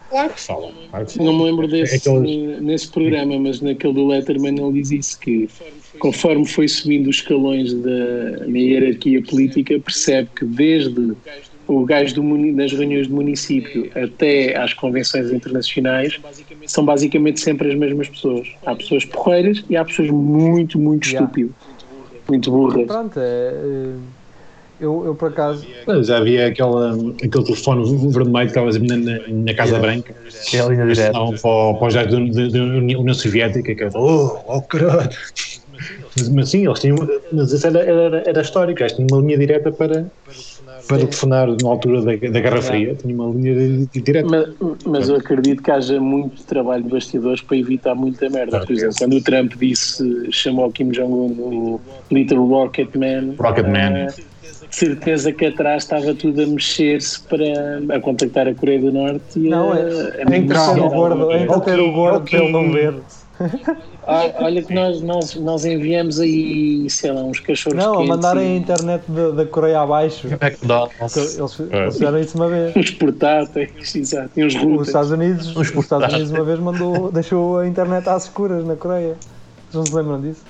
S4: Claro que falam. Claro que falam.
S3: Não me lembro desse,
S4: Aqueles-
S3: nesse programa, mas naquele do Letterman ele diz isso que conforme foi subindo os escalões da na hierarquia política, percebe que desde o gajo do muni- das reuniões de município até às convenções internacionais são basicamente sempre as mesmas pessoas. Há pessoas porreiras e há pessoas muito, muito
S2: Yeah.
S3: estúpidas. Muito burras.
S2: Pronto, é, eh, eu, eu por acaso,
S4: Já havia aquela, aquele telefone vermelho que estava na, na, na Casa Branca.
S5: Que é a linha direta.
S4: Não, para, o- para os gajos da da- da União Soviética, que era oh, oh caralho. Mas, mas sim, eles tinham. Mas isso era, era, era histórico, eles tinham uma linha direta para, para telefonar na altura da, da
S3: É.
S4: Guerra Fria. Tinha uma linha di- di- direta.
S3: Mas, mas eu acredito que haja muito trabalho de bastidores para evitar muita merda. Por exemplo, quando o Trump disse, chamou o Kim Jong-un o Little Rocket Man,
S4: Rocket Man.
S3: eh, certeza que atrás estava tudo a mexer-se para a contactar a Coreia do Norte. E
S2: não,
S3: a,
S2: é,
S3: a
S2: é ter o
S3: negociar
S2: gordo,
S3: alguma
S2: é
S3: coisa.
S2: ter o gordo para ele não ver.
S3: Ah, Olha que nós, nós, nós enviamos aí, sei lá, uns cachorros
S2: Não, a
S3: quentes
S2: mandarem a
S3: e
S2: internet da, da Coreia abaixo.
S5: McDonald's.
S2: Eles, eles fizeram isso uma vez.
S3: uns portáteis, (laughs) exato, e uns
S2: Os
S3: routers.
S2: Estados Unidos, os Estados Unidos uma vez mandou, deixou a internet às escuras na Coreia. Vocês não se lembram disso?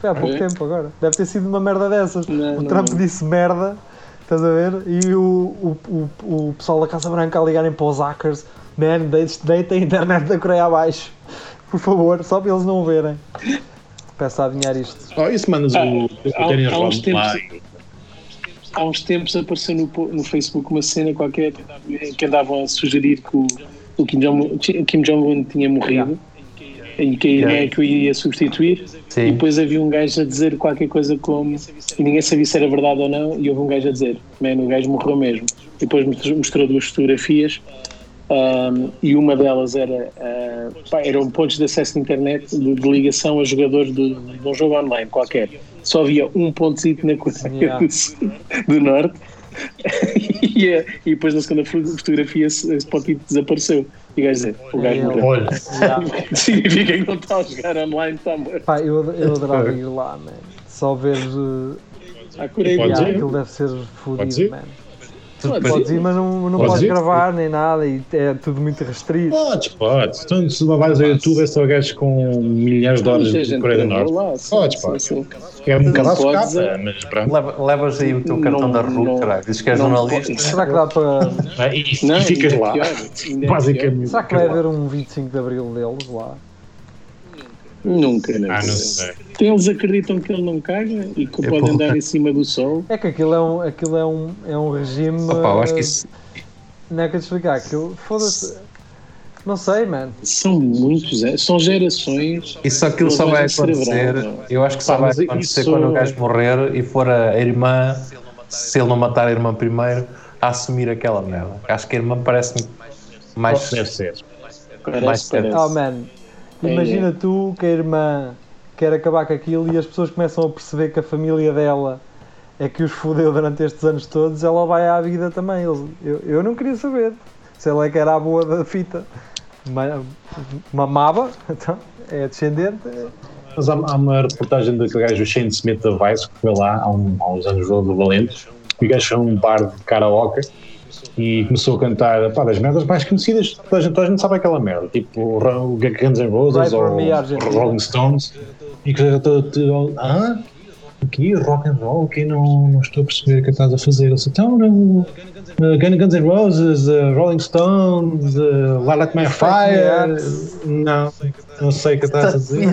S2: Foi há pouco
S3: Ok.
S2: tempo agora. Deve ter sido uma merda dessas.
S3: É. Não,
S2: o
S3: não,
S2: Trump
S3: não.
S2: disse merda, estás a ver? E o, o, o, o pessoal da Casa Branca a ligarem para os hackers: Man, de- deitem a internet da Coreia abaixo, por favor, só para eles não verem. Peço a adivinhar
S3: (laughs)
S2: isto.
S4: Oh, isso mandas o, o
S3: Hum. Ah, há-
S4: Daniel
S3: há uns
S4: Ramos lá.
S3: há uns tempos apareceu no, po- no Facebook uma cena qualquer que andavam a sugerir que o, o Kim Jong- Kim Jong-un tinha morrido e que
S5: Yeah.
S3: ninguém é que o iria substituir e
S5: Sim.
S3: depois havia um gajo a dizer qualquer coisa como e ninguém sabia se era verdade ou não e houve um gajo a dizer man, o gajo morreu mesmo e depois mostrou- mostrou duas fotografias ahm, e uma delas era ah, pá, eram pontos de acesso de internet de, de ligação a jogadores de, de um jogo online qualquer só havia um pontozinho na (laughs) Coreia
S2: Yeah.
S3: do, Sul- do Norte (laughs) e, eh, e depois na segunda fo- fotografia esse, esse pontinho desapareceu e o gajo dizer, o gajo
S2: Yeah.
S3: morreu
S4: Olha,
S2: Yeah.
S3: (laughs) significa que não está a jogar online está morto
S2: Pá, eu, eu
S4: (laughs)
S2: adorava ir lá, man. Só ver. uh,
S3: a Coreia do
S4: Pode
S2: yeah,
S4: ir.
S2: aquilo deve ser
S4: Podes
S2: fodido,
S4: ir.
S2: man.
S3: Norte
S2: Podes ir, mas não, não
S4: Podes
S2: podes
S4: ir.
S2: gravar nem nada e é tudo muito restrito.
S4: podes, podes. Então, se não vais ao YouTube, é só gajos com milhares de horas de Coreia do Norte. Podes, podes. É um bocado à
S3: Podes,
S4: socapa,
S3: é.
S4: mas pronto.
S5: Leva- Levas aí o teu um cartão
S3: Não,
S5: da RU,
S3: não.
S5: caralho. Dizes que és um
S3: Não pode.
S5: jornalista.
S3: é
S2: Será que dá para.
S4: Ah, E, e ficas lá, É, basicamente.
S2: Será que vai haver um 25 de Abril deles lá?
S3: Nunca, não.
S4: Ah, não sei.
S3: Eles acreditam que ele não caga e que
S5: É
S3: pode
S5: bom.
S3: andar em cima do sol.
S2: É que aquilo é um, aquilo é um, é um regime.
S5: Opa, eu acho que
S2: eh,
S5: isso.
S2: Não é que eu te explicar, aquilo. Foda-se. Não sei, man.
S3: São muitos, é? são gerações.
S5: Isso aquilo só vai acontecer. Eu acho que só
S4: Pá,
S5: vai
S4: mas
S5: acontecer
S4: isso-
S5: quando o gajo morrer e for a irmã, se ele não matar a irmã primeiro, a assumir aquela merda. Acho que a irmã parece-me mais.
S4: Deve ser.
S5: Mais
S3: é?
S5: Ah,
S3: Parece,
S5: cedo.
S3: parece.
S2: Oh, man.
S3: É,
S2: Imagina tu que a irmã quer acabar com aquilo e as pessoas começam a perceber que a família dela é que os fudeu durante estes anos todos, ela vai à vida também. Eles- eu, eu não queria saber se ela é que era a boa da fita. Ma- Mamava, (laughs) então, é descendente.
S4: Mas há, há uma reportagem daquele gajo, o Shane Smith da Vice, que foi lá há, um- há uns anos do Valente, e o gajo foi a um bar de karaoke e começou a cantar pá, das merdas mais conhecidas, toda a gente, toda a gente sabe aquela merda, tipo o Ra- o Guns N' Roses
S2: Right for
S4: ou
S2: me, Argentina.
S4: Rolling Stones, e que eu estou- estou- ah, o que rock and roll, que não, não estou a perceber o que estás a fazer. Ele disse, então, não, uh, Gun- Guns N' Roses, uh, Rolling Stones, uh, Light My Fire, não, não sei o que estás a dizer.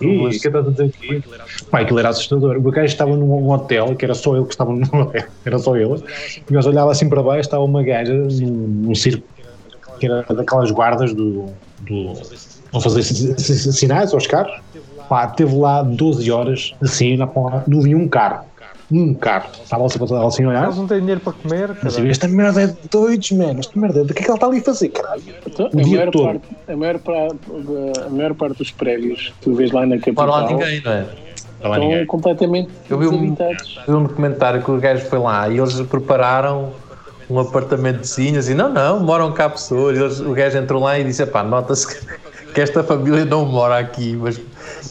S4: Ih, que estás a dizer aqui? Pá, aquilo era assustador. O gajo estava num hotel, que era só ele que estava (laughs) num hotel, era só ele. O gajo olhava assim para baixo, estava uma gaja num, num circo, que era daquelas guardas do. do vão fazer si- si- si- sinais aos carros. Pá, teve lá 12 horas, assim, na porra, não vi um carro. Um carro. Estava assim, estava assim a olhar.
S2: Eles não têm dinheiro para comer.
S4: Assim,
S2: caralho.
S4: esta merda é de doidos, mano. Esta merda, é de- o que é que ela está ali a fazer, caralho?
S3: Então,
S4: O
S3: a,
S4: dia
S3: maior
S4: todo.
S3: parte, a, maior pra- a maior parte dos prédios que tu vês lá na
S5: Não há
S3: capital
S5: lá ninguém, não
S4: Não
S5: é?
S4: há
S3: estão
S4: ninguém.
S3: completamente
S5: Eu vi um-
S3: desabitados.
S5: Vi um documentário que o gajo foi lá e eles prepararam um apartamentozinho assim, não, não, moram cá pessoas. Eles, o gajo entrou lá e disse, pá, nota-se que, que esta família não mora aqui, mas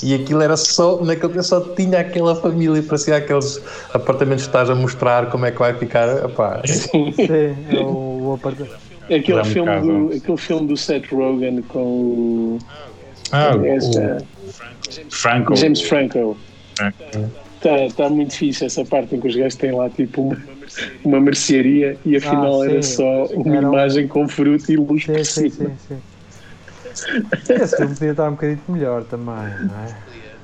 S5: e aquilo era só, naquele dia só tinha aquela família, parecia aqueles apartamentos que estás a mostrar como é que vai ficar, pá.
S2: Sim, é o, o apartamento.
S3: Aquele,
S4: Era um
S3: filme
S4: bocado.
S3: do, aquele filme do Seth Rogen com o,
S4: Ah,
S3: esta-
S4: o Franco.
S3: James Franco.
S4: É.
S3: Está tá muito fixe essa parte em que os gajos têm lá tipo uma, uma mercearia e afinal
S2: Ah,
S3: era
S2: sim.
S3: só uma
S2: Era um-
S3: imagem com fruto e luz
S2: Sim,
S3: por
S2: sim,
S3: cima.
S2: sim, sim. Esse filme podia estar um bocadinho melhor também, não é?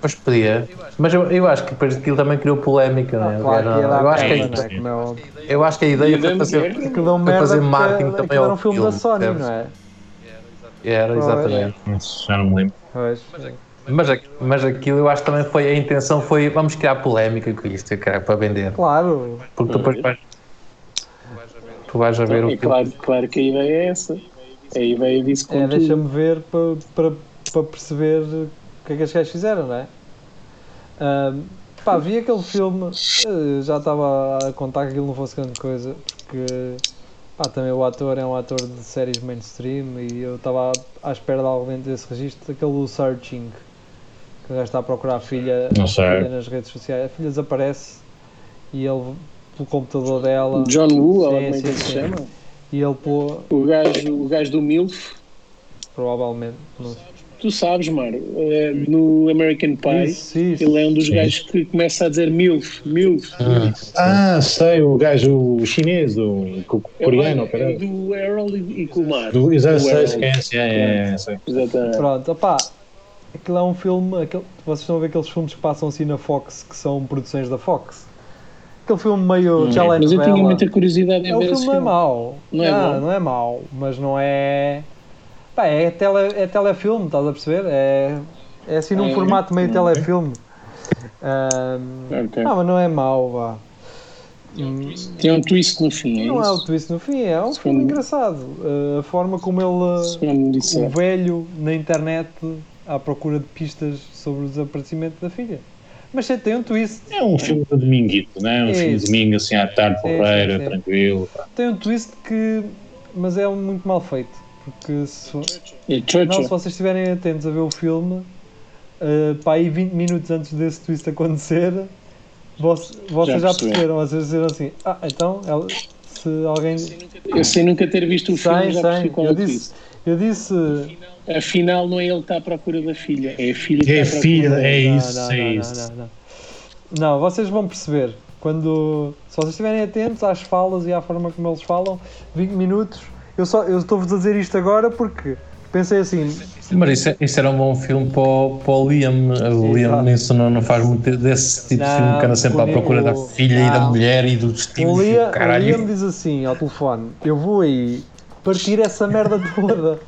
S5: Mas podia. Mas eu, eu acho que depois aquilo também criou polémica, não é?
S2: Ah, Claro que ia
S5: eu,
S2: dar
S5: acho que,
S2: merda,
S5: a-
S2: não é? Como é óbvio.
S5: eu acho que a
S3: E
S5: ideia foi
S3: damos
S5: fazer.
S3: guerra.
S2: Que dão
S5: Para
S2: é merda
S5: fazer
S2: porque-
S5: marketing também
S2: que era
S5: ao
S2: um filme da
S5: filme,
S2: Sony,
S5: percebes?
S2: não é?
S5: Era,
S2: Pois.
S5: exatamente.
S4: Já não me lembro.
S2: Pois.
S5: Mas, a- mas aquilo eu acho que também foi, a intenção foi, vamos criar polémica com isto, cara, para vender.
S2: Claro,
S5: Porque
S2: Uhum.
S5: depois vais, tu vais a ver o
S3: É
S5: que
S3: claro, claro que a ideia é essa. A ideia disso com
S2: é,
S3: tudo.
S2: deixa-me ver para perceber o que é que as gajas fizeram, não é? Ahm, pá, vi aquele filme, eh, já estava a contar que aquilo não fosse grande coisa, porque pá, também o ator é um ator de séries mainstream e eu estava à espera de algo dentro desse registro, aquele do Searching, que o gajo está a procurar a filha,
S4: Não
S2: a
S4: sei.
S2: filha nas redes sociais, a filha desaparece e ele pelo computador dela
S3: John Woo, ou
S2: Sim,
S3: como é que
S2: sim,
S3: ele se
S2: sim.
S3: chama?
S2: e ele pô,
S3: O gajo, o gajo do MILF,
S2: provavelmente não
S3: tu sabes, Mário, eh, no American Pie,
S2: Isso, isso.
S3: ele é um dos
S4: Sim.
S3: gajos que começa a dizer MILF, MILF.
S4: Ah, sei, o gajo chinês, o co-
S3: É o
S4: coreano,
S3: gajo- é
S4: caralho.
S3: do Errol e, e com o Mar.
S4: Do exato,
S3: Do
S4: sei,
S3: Errol.
S4: esquece, é, é, é, sei.
S3: Exatamente.
S2: Pronto, opá, aquilo é um filme. Aquele, vocês estão a ver aqueles filmes que passam assim na Fox, que são produções da Fox? Aquele filme meio hum,
S3: Mas eu tinha
S2: telenovela.
S3: muita curiosidade em
S2: É, o
S3: ver esse
S2: filme não é
S3: filme.
S2: mau.
S3: Não é
S2: Ah,
S3: bom.
S2: não é mau, mas não é. Pá, é, tele, é telefilme, estás a perceber? É, é assim num
S3: É,
S2: formato meio
S4: ok.
S2: telefilme. Ahm,
S3: Ok.
S2: Ah, mas não é mau, vá. Hum,
S3: Tem um twist no fim, é
S2: Não é o
S3: isso?
S2: twist no fim, é um filme
S3: Sim.
S2: engraçado. Ah, a forma como ele.
S3: Se não me
S2: o
S3: disser.
S2: velho na internet à procura de pistas sobre o desaparecimento da filha. Mas sim, tem um twist.
S4: É um filme de dominguito, né? Um
S2: É
S4: filme de
S2: isso.
S4: domingo, assim, à tarde,
S2: Sim, sim,
S4: porreira,
S2: sim.
S4: tranquilo.
S2: Tem um twist que. Mas é um muito mal feito. Porque se,
S3: É
S2: não, se
S3: Churchill.
S2: vocês estiverem atentos a ver o filme, eh, para aí 20 minutos antes desse twist acontecer, voc- vocês já,
S3: Já percebi.
S2: perceberam. Vocês disseram assim: Ah, então, ela- se alguém. Sem,
S3: Eu sem nunca ter visto o filme já percebi
S2: sem.
S3: qual é
S2: Eu
S3: o twist.
S2: disse. Eu disse.
S3: Afinal, não é ele que está à procura da filha, é a filha que
S4: É
S3: está à
S4: filha,
S3: procura.
S4: é
S2: Não,
S4: isso,
S2: não,
S4: é
S2: não,
S4: isso.
S2: Não, não, não. Não, vocês vão perceber. Quando, se vocês estiverem atentos às falas e à forma como eles falam, 20 minutos. Eu só eu estou-vos a dizer isto agora porque pensei assim,
S5: Mas isso, isso era um bom filme para o, para o Liam. O Liam
S2: Exato.
S5: Neeson não, não faz muito desse tipo de filme que anda
S2: Não,
S5: sempre
S2: o
S5: à procura da
S2: Liam-
S5: filha e da
S2: não.
S5: mulher e dos
S2: o
S5: estilos
S2: Lia, o
S5: e do
S2: Lia um me
S5: caralho.
S2: diz assim ao telefone, eu vou aí partir essa merda toda.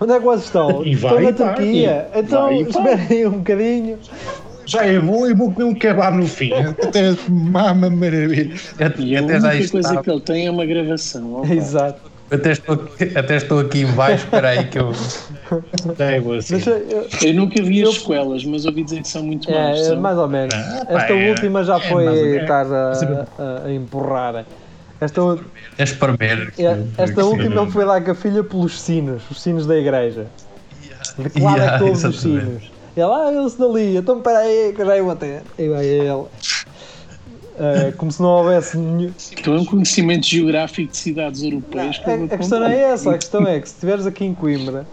S2: Onde é que vocês estão?
S4: E
S2: Estou
S4: vai
S2: na
S4: e parte.
S2: Turquia. Então
S4: Vai e
S2: esperem aí um bocadinho.
S4: Já é bom e vou comer um kebab
S2: (laughs)
S4: no fim. Até mama maravilha.
S5: E
S3: E a
S5: até já
S3: única
S5: isto
S3: coisa
S5: está.
S3: que ele tem é uma gravação. ó pá.
S2: Exato.
S5: Até estou, aqui- até estou aqui em baixo, espera aí que eu...
S4: É, vou assim.
S2: Mas, eh,
S3: Eu nunca vi as sequelas, mas ouvi dizer que são muito más.
S2: é,
S3: são-
S2: mais ou menos.
S4: Ah, pá,
S2: Esta
S4: é-
S2: última já foi
S4: mais ou menos.
S2: estar a, a- a empurrar. Esta, u-
S5: És para ver.
S2: é- esta última
S5: (laughs)
S2: ele foi lá com a filha pelos sinos, os sinos da igreja. Declara
S5: Yeah,
S2: que ouve os
S5: exatamente.
S2: sinos. E ela, ah, eu-se dali, então peraí, que eu já ia bater. E vai
S4: (laughs)
S2: ele. Eh, como se não houvesse nenhum.
S3: Então é um conhecimento geográfico de cidades europeias. que eu vou
S2: A, a questão não
S3: comprar.
S2: é essa, a questão é que se estiveres aqui em Coimbra,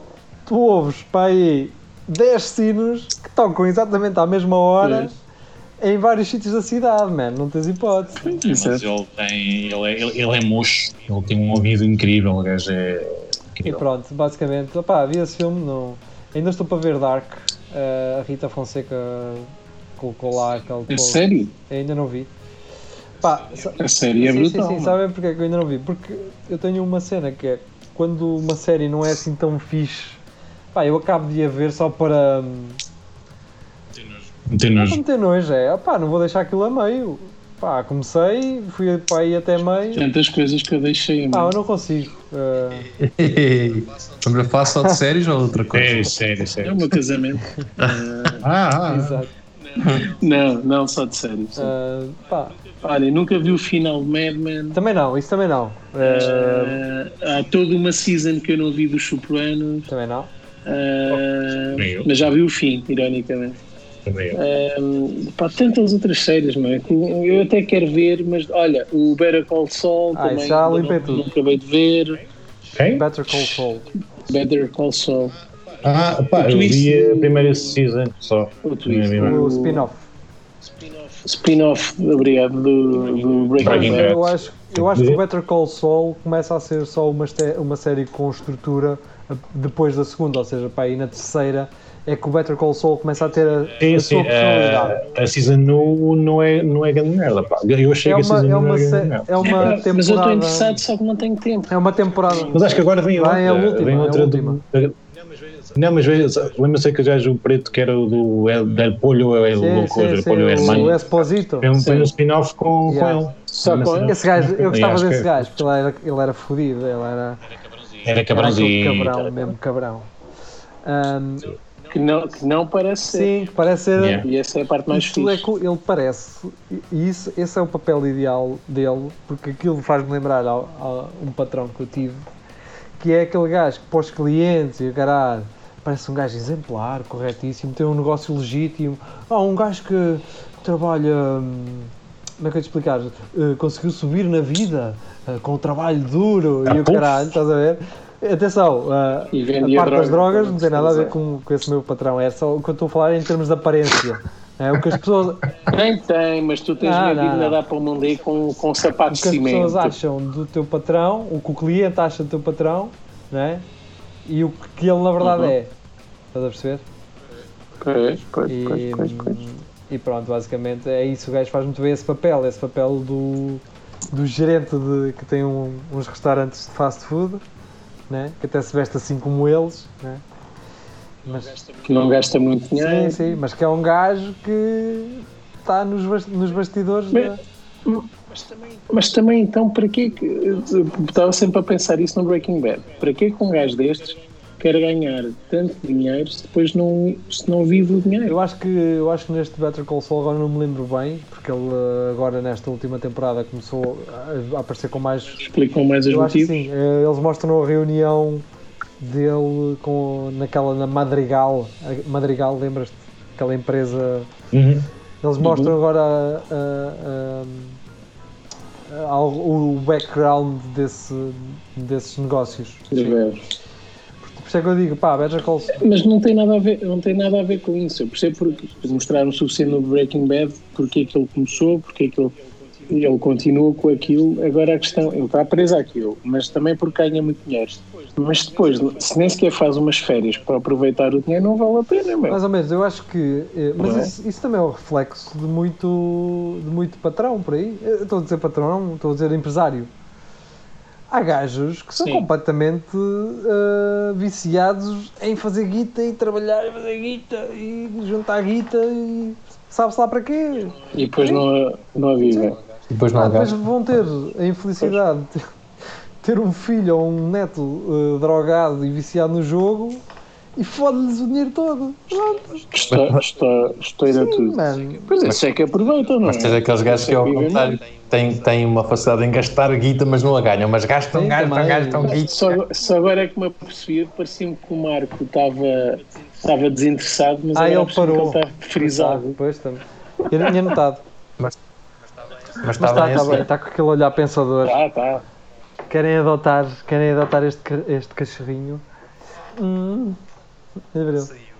S2: tu ouves para aí 10 sinos que tocam exatamente à mesma hora em vários sítios da cidade, mano. Não tens hipótese.
S6: Mas
S3: Exato.
S6: ele, tem, ele, é, ele, ele é mocho, ele tem um ouvido incrível, o gajo é
S2: E
S6: incrível.
S2: pronto, basicamente, opá, vi esse filme, não. Ainda estou para ver Dark. Eh, a Rita Fonseca colocou lá aquele.
S3: É
S2: post.
S3: sério?
S2: Ainda não vi. Pá, sa-
S3: A série é
S2: sim,
S3: brutal.
S2: Sim, sim,
S3: mano.
S2: sabem porque é que eu ainda não vi? Porque eu tenho uma cena que é quando uma série não é assim tão fixe, pá, eu acabo de a ver só para. hum,
S6: Não tem
S2: Não para
S6: nojo.
S2: meter nojo, é. Pá, não vou deixar aquilo a meio. Pá, comecei, fui para aí até meio.
S3: Tantas coisas que eu deixei.
S2: Pá,
S3: mano.
S2: eu não consigo. eh,
S5: Vamos falar só de séries ou outra coisa?
S6: É, sério,
S3: É
S6: sério.
S3: o meu casamento.
S2: (laughs)
S4: Ah, ah,
S2: exato.
S3: Não, não, só de séries.
S2: Eh, pá,
S3: Olha, eu nunca vi o final de Mad Men.
S2: também não, isso também não. Eh,
S3: Ah, há toda uma season que eu não vi dos Sopranos.
S2: também não.
S3: Ah,
S6: Nem eu.
S3: mas já vi o fim, ironicamente.
S6: também
S2: É.
S6: eu.
S3: Ah, pá, tantas outras séries, não é? Que Eu até quero ver, mas olha, o Better Call Saul
S2: Ah,
S3: também
S2: isso já
S3: ainda
S2: limpei
S3: não,
S2: tudo.
S3: não acabei de ver.
S4: Quem?
S2: Better Call Saul.
S3: Better Call Saul,
S4: Ah, pá, eu vi a primeira season só.
S3: o
S4: Não é
S3: twist.
S4: mesmo?
S2: O spin-off.
S3: Spin-off, obrigado, do, do Breaking
S6: Breaking
S3: Bad.
S6: Bad.
S2: Eu acho, eu acho que o Better Call Saul começa a ser só uma, este- uma série com estrutura a- depois da segunda, ou seja, para aí na terceira é que o Better Call Saul começa a ter a,
S4: Sim,
S2: É
S4: é,
S2: a
S4: sim,
S2: sua personalidade.
S4: Assim, a, a season 1 não é, não é grande merda, pá. Eu achei
S2: É
S4: que
S2: uma,
S4: a season
S2: é
S4: 1
S2: uma,
S4: é grande
S2: sé-
S4: merda.
S2: é uma
S3: Mas eu estou
S2: temporada.
S3: interessado, só que não tenho tempo.
S2: É uma temporada.
S4: Mas acho que agora vem outra.
S2: Ah, é a última,
S4: vem
S2: é a
S4: outra
S2: última.
S4: Do, da- não, mas veja, só- lembra-se que o gajo preto que era o do El, Del Polho,
S2: Sim,
S4: é o
S2: sim,
S4: coisa,
S2: sim,
S4: Polho
S2: o, o
S4: Hermano.
S2: Esposito.
S4: Tem um, tem
S3: Sim.
S4: um spin-off com,
S2: Yeah.
S4: com ele. Mas
S3: com ele?
S4: não-
S2: Esse gajo, eu gostava
S4: acho que
S2: desse
S4: é.
S2: gajo, porque ele era, ele era fodido, ele era,
S4: Era
S2: era aquele
S4: cabrãozinho.
S2: cabrão,
S4: cara.
S2: mesmo cabrão. Ahm,
S3: Que não, que não parece ser.
S2: sim, parece ser
S4: Yeah.
S3: E essa é a parte mais
S2: Isto é
S3: fixe.
S2: que ele parece, e- e isso, esse é o papel ideal dele, porque aquilo faz-me lembrar ao- ao- um patrão que eu tive, que é aquele gajo que para os clientes e o caralho, parece um gajo exemplar, corretíssimo, tem um negócio legítimo. Ah, um gajo que trabalha. hum, Como é que eu te explicar? Eh, conseguiu subir na vida eh, com o trabalho duro
S4: Ah,
S2: e o
S4: puf.
S2: caralho, estás a ver? Atenção, ah,
S3: E
S2: a
S3: vendia
S2: parte das drogas
S3: drogas,
S2: não tem nada a ver
S3: sim.
S2: com, com esse meu patrão, é só o que eu estou a falar em termos de aparência. É o que as pessoas,
S3: Nem tem, mas tu tens
S2: Não,
S3: medo
S2: não,
S3: de
S2: não.
S3: nadar para o mundo aí com, com sapatos
S2: o que
S3: de
S2: as pessoas
S3: cimento.
S2: acham do teu patrão, o que o cliente acha do teu patrão, né? E o que ele na verdade é. Estás a perceber?
S3: Pois, pois,
S2: E,
S3: pois, pois, pois.
S2: e pronto, basicamente é isso. O gajo faz muito bem esse papel, esse papel do, do gerente de, que tem um- uns restaurantes de fast food, né? que até se veste assim como eles, né? mas,
S3: Que não gasta muito
S2: hum, sim,
S3: dinheiro.
S2: sim, mas que é um gajo que está nos, bas- nos bastidores.
S3: Bem,
S2: da-
S3: Mas também, então, para quê que. eu Estava sempre a pensar isso no Breaking Bad. Para quê que um gajo destes quer ganhar tanto dinheiro se depois não, se não vive o dinheiro?
S2: Eu acho que eu acho que neste Better Call Saul agora não me lembro bem, porque ele eh, agora nesta última temporada começou a- a aparecer com mais.
S3: Explicam mais os
S2: Eu acho que
S3: motivos.
S2: sim. eh, Eles mostram a reunião dele com naquela na Madrigal. A Madrigal, lembras-te? Aquela empresa.
S4: Uhum.
S2: Eles mostram agora ah, ah, ah, algo- o background desse, desses negócios.
S3: de ver.
S2: Por isso é que eu digo, pá, Better Call Saul.
S3: Mas não tem, nada a ver, não tem nada a ver com isso. Eu percebo porque mostraram o suficiente no Breaking Bad, porque é que ele começou, porque é que ele, ele continua com aquilo. Agora a questão, ele está preso àquilo, mas também porque ganha muito dinheiro. Mas depois, se nem sequer faz umas férias para aproveitar o dinheiro, não vale a pena, meu.
S2: Mais ou menos, eu acho que. eh, Mas
S3: Não é?
S2: isso, isso também é um reflexo de muito, de muito patrão por aí. Eu estou a dizer patrão, não, estou a dizer empresário. Há gajos que são
S3: Sim.
S2: completamente eh, viciados em fazer guita e trabalhar e fazer guita e juntar guita e sabe-se lá para quê.
S3: E depois não, a- não a vive.
S5: E depois
S2: Ah,
S5: não
S2: depois
S5: gasto.
S2: vão ter a infelicidade ter um filho ou um neto eh, drogado e viciado no jogo e fode-lhes o dinheiro todo. Pronto,
S3: Está, está, está a tudo.
S2: mano.
S3: Pois é, isso é que aproveitam, não é?
S5: Mas tens aqueles gajos que, ao
S3: Conseguem viver
S5: contrário, têm, têm uma facilidade em gastar guita, mas não a ganham. Mas gastam,
S2: Sim,
S5: gastam,
S2: também.
S5: gastam guita.
S3: Só, só agora é que me apercebi, parecia-me que o Marco estava, estava desinteressado, mas
S2: Ah,
S3: agora
S2: ele
S3: apercebi que
S2: parou.
S3: ele está frisado.
S2: Ah, Pois também. Eu não tinha notado.
S5: Mas
S2: Mas
S5: está
S2: está,
S5: bem
S2: está
S5: assim.
S2: bem, está com aquele olhar pensador.
S3: Tá, tá.
S2: Querem adotar, querem adotar este, ca- este cachorrinho? Hum, Abreu.